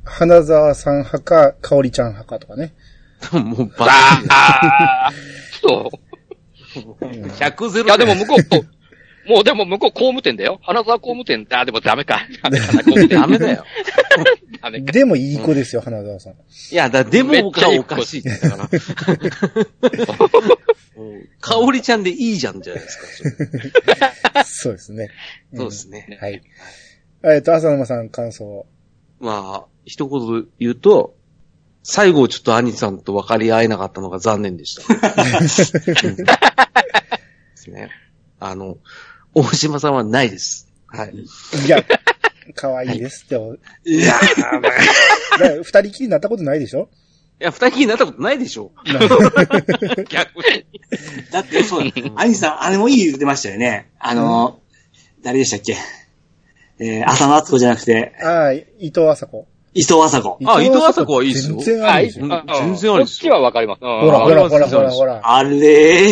Speaker 1: 花沢さん派か、香織ちゃん派かとかね。
Speaker 2: もう バ
Speaker 3: ああーそう。
Speaker 2: ッ100ゼ ロ
Speaker 3: いや、でも向こう、もうでも向こう工務店だよ。花沢工務店、あ、でもダメ か。ダメかな、工務店。
Speaker 2: ダメだよ。
Speaker 3: ダメか。
Speaker 1: でもいい子ですよ、花沢さ ん。
Speaker 2: いや、だ、で
Speaker 3: め
Speaker 2: も
Speaker 3: っちゃ
Speaker 2: が
Speaker 3: いい
Speaker 2: おかしいってだ から。かおりちゃんでいいじゃんじゃないですか。それ
Speaker 1: そうですね。ん
Speaker 2: そうですね。
Speaker 1: はい。えっと、浅沼さん、感想を。
Speaker 2: まあ、一言言うと、最後ちょっと兄さんと分かり合えなかったのが残念で した。うんですね。あの、大島さんはないです。はい。
Speaker 1: い や、可愛いですって。
Speaker 2: いや
Speaker 1: だから二人きりになったことないで しょ
Speaker 2: いや、二人きりになったことないでしょ。
Speaker 3: 逆に。
Speaker 4: だって、そう、アニさん、あれもいい言ってましたよね。あの、誰でしたっけえー、浅野敦子じゃなくて、
Speaker 1: ああ、伊藤麻子。
Speaker 4: 伊藤麻子。
Speaker 2: あ伊藤麻子はいいですよ
Speaker 1: 全然あるでしょ
Speaker 2: 全然あ
Speaker 3: こ
Speaker 2: りで
Speaker 3: っ
Speaker 2: す
Speaker 3: ち
Speaker 2: よ
Speaker 3: はわかります。
Speaker 1: ほ
Speaker 3: ほ
Speaker 1: ら、ほら、
Speaker 2: あ
Speaker 1: ほら、
Speaker 2: 全然
Speaker 1: ほ
Speaker 2: ある
Speaker 1: ら、ほら。
Speaker 4: あれ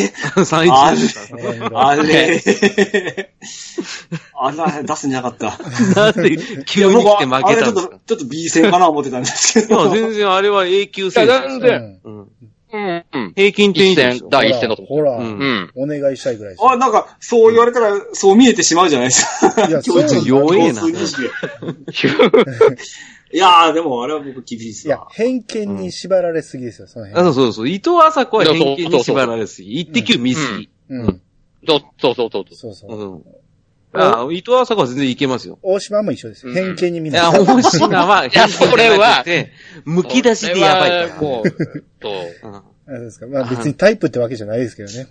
Speaker 4: ー、
Speaker 2: 三一
Speaker 4: あれ
Speaker 2: でしたね
Speaker 4: あれー、あんな出すんじゃなか った。
Speaker 2: なんで
Speaker 4: い
Speaker 2: 急
Speaker 4: や、
Speaker 2: に
Speaker 4: 僕
Speaker 2: 来
Speaker 4: は
Speaker 2: て、負
Speaker 4: あ
Speaker 2: け
Speaker 4: れち
Speaker 2: たんで
Speaker 4: ょっと
Speaker 2: すか、
Speaker 4: ちょっと B 戦かな思ってたんですけ
Speaker 2: いや、
Speaker 4: ど。
Speaker 2: 全然あれは永久制です
Speaker 3: い
Speaker 2: よ。
Speaker 3: や全
Speaker 2: うん
Speaker 3: うん、うん。
Speaker 2: 平均点以
Speaker 3: 一
Speaker 2: 上で
Speaker 3: 戦
Speaker 2: すよ、
Speaker 3: 第一戦だと思
Speaker 1: ほら、
Speaker 2: う
Speaker 1: ほ
Speaker 2: ん
Speaker 1: ら
Speaker 3: うん。
Speaker 1: お願いしたいぐらいですよ
Speaker 4: あ、なんか、そう言われたら、そう見えてしまうじゃないですか。
Speaker 1: いや
Speaker 4: 今日
Speaker 1: そう
Speaker 2: 弱えな
Speaker 4: 共通認識でいやー、でもあれは僕厳しいです
Speaker 1: いや
Speaker 4: わ、。
Speaker 1: 偏見に縛られすぎですよ、その
Speaker 2: あ
Speaker 1: 辺。
Speaker 2: そうそうそう。伊藤麻子は偏見に縛られすぎ。1.9見すぎ。
Speaker 1: うん。
Speaker 3: そうそうそうそう。
Speaker 1: そうそうう。
Speaker 2: ん。あ伊藤麻子は全然いけますよ。
Speaker 1: 大島も一緒ですよ。
Speaker 3: う
Speaker 1: 偏
Speaker 3: ん
Speaker 1: 見に
Speaker 2: い
Speaker 1: 見
Speaker 2: や、
Speaker 1: ない。
Speaker 2: 大島は、い
Speaker 3: やそれは、
Speaker 2: むき出しでやばいから。
Speaker 3: これはもう、そう。
Speaker 2: うん
Speaker 1: あそうですか。まあ別にタイプってわけじゃないですけどね。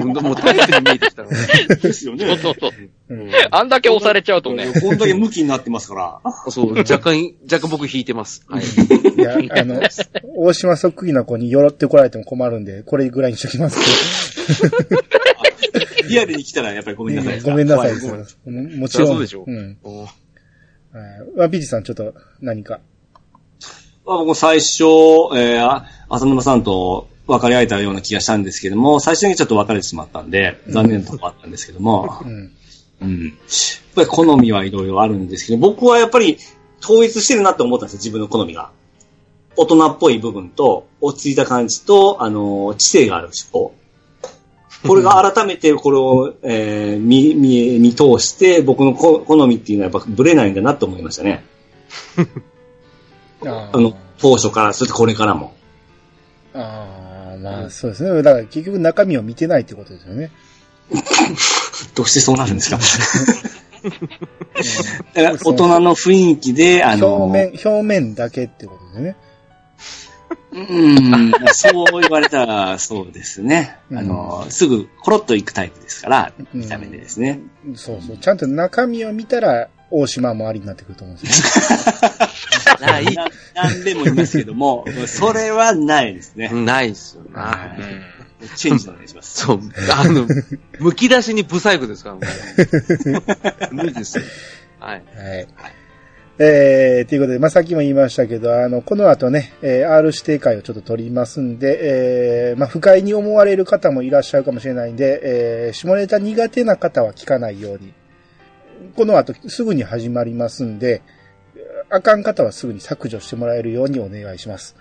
Speaker 1: うん
Speaker 2: もうタイプに見えてきたの。
Speaker 4: ですよね。
Speaker 3: そうそうそう。
Speaker 1: うん
Speaker 3: あんだけ押されちゃうとね。
Speaker 4: こんだけムキになってま すから。
Speaker 2: そう、若干、若干僕引いてます。はい。
Speaker 1: いや、あの、大島そっくりな子によろってこられても困るんで、これぐらいにしときます
Speaker 4: リアルに来たらやっぱりごめ
Speaker 1: け
Speaker 4: んなさ
Speaker 1: ど。
Speaker 4: いですか。
Speaker 1: ごめんなさい。
Speaker 4: 怖です
Speaker 1: そうもちろん。
Speaker 2: そうでしょ
Speaker 1: ん。
Speaker 2: お
Speaker 1: はいワンピーチさん、ちょっと何か。
Speaker 4: まあ僕最初、えーあ浅沼さんと分かり合えたような気がしたんですけども、最初にちょっと別れてしまったんで、残念なとこあったんですけども
Speaker 1: う、ん。
Speaker 4: うん。やっぱり好みはいろいろあるんですけど、僕はやっぱり統一してるなって思ったんですよ、自分の好みが。大人っぽい部分と、落ち着いた感じと、あのー、知性がある思考。これが改めてこれを、えー見、見、見通して、僕のこ好みっていうのはやっぱブレないんだなと思いましたね。
Speaker 1: あ
Speaker 4: あの、当初から、それとこれからも。
Speaker 1: ああ、まあ、そうですね。だから結局中身を見てないってことですよね。
Speaker 4: どうしてそうなるん ですか大人の雰囲気で、あの、
Speaker 1: 表面、表面だけってことですよね。
Speaker 4: うん、そう言われたら、そうですね。
Speaker 1: うん
Speaker 4: あの、すぐコロッと行くタイプですから、
Speaker 1: うん
Speaker 4: 見た目でですね。
Speaker 1: そうそう。ちゃんと中身を見たら、大島もありになってくると思うんですよね。
Speaker 2: ない。
Speaker 4: な何でも言いますけども、それはないですね。
Speaker 2: ないっすよ
Speaker 4: は
Speaker 2: な。
Speaker 4: いチェンジお願いします。
Speaker 2: そう、あ の、むき出しに不細工ですから、も う無理ですよ。はい。
Speaker 1: はい。えー、ということで、まあ、さっきも言いましたけど、あの、この後ね、えー R 指定会をちょっと取りますんで、えー、まあ、不快に思われる方もいらっしゃるかもしれないんで、えー、下ネタ苦手な方は聞かないように。この後すぐに始まりますんで、あかん方はすぐに削除してもらえるようにお願いします。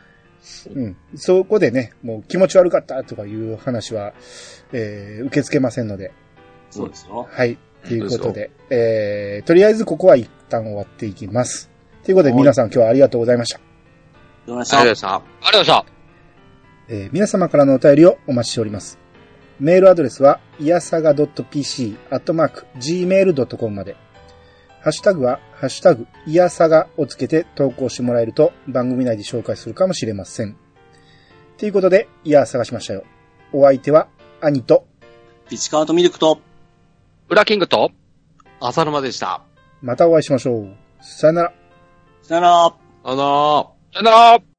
Speaker 1: うん。そこでね、もう気持ち悪かったとかいう話は、えー、受け付けませんので、
Speaker 4: そうですよ。
Speaker 1: はい。ということで、えー、とりあえずここは一旦終わっていきます。ということで、
Speaker 4: はい
Speaker 1: 皆さん今日はありがとうございました。
Speaker 4: どうでし
Speaker 2: あ
Speaker 4: た
Speaker 2: りがとうございました。
Speaker 3: ありがとうございました。
Speaker 1: えー皆様からのお便りをお待ちしております。メールアドレスは、いやさが .pc、アットマーク、gmail.com まで。ハッシュタグは、ハッシュタグ、いやさがをつけて投稿してもらえると、番組内で紹介するかもしれません。ということで、いや、探しましたよ。お相手は、兄と、
Speaker 4: ピチカートミルクと、
Speaker 3: 裏キングと、
Speaker 2: 浅沼でした。
Speaker 1: またお会いしましょう。さよなら。
Speaker 4: さよなら。
Speaker 2: あのー、
Speaker 3: さよなら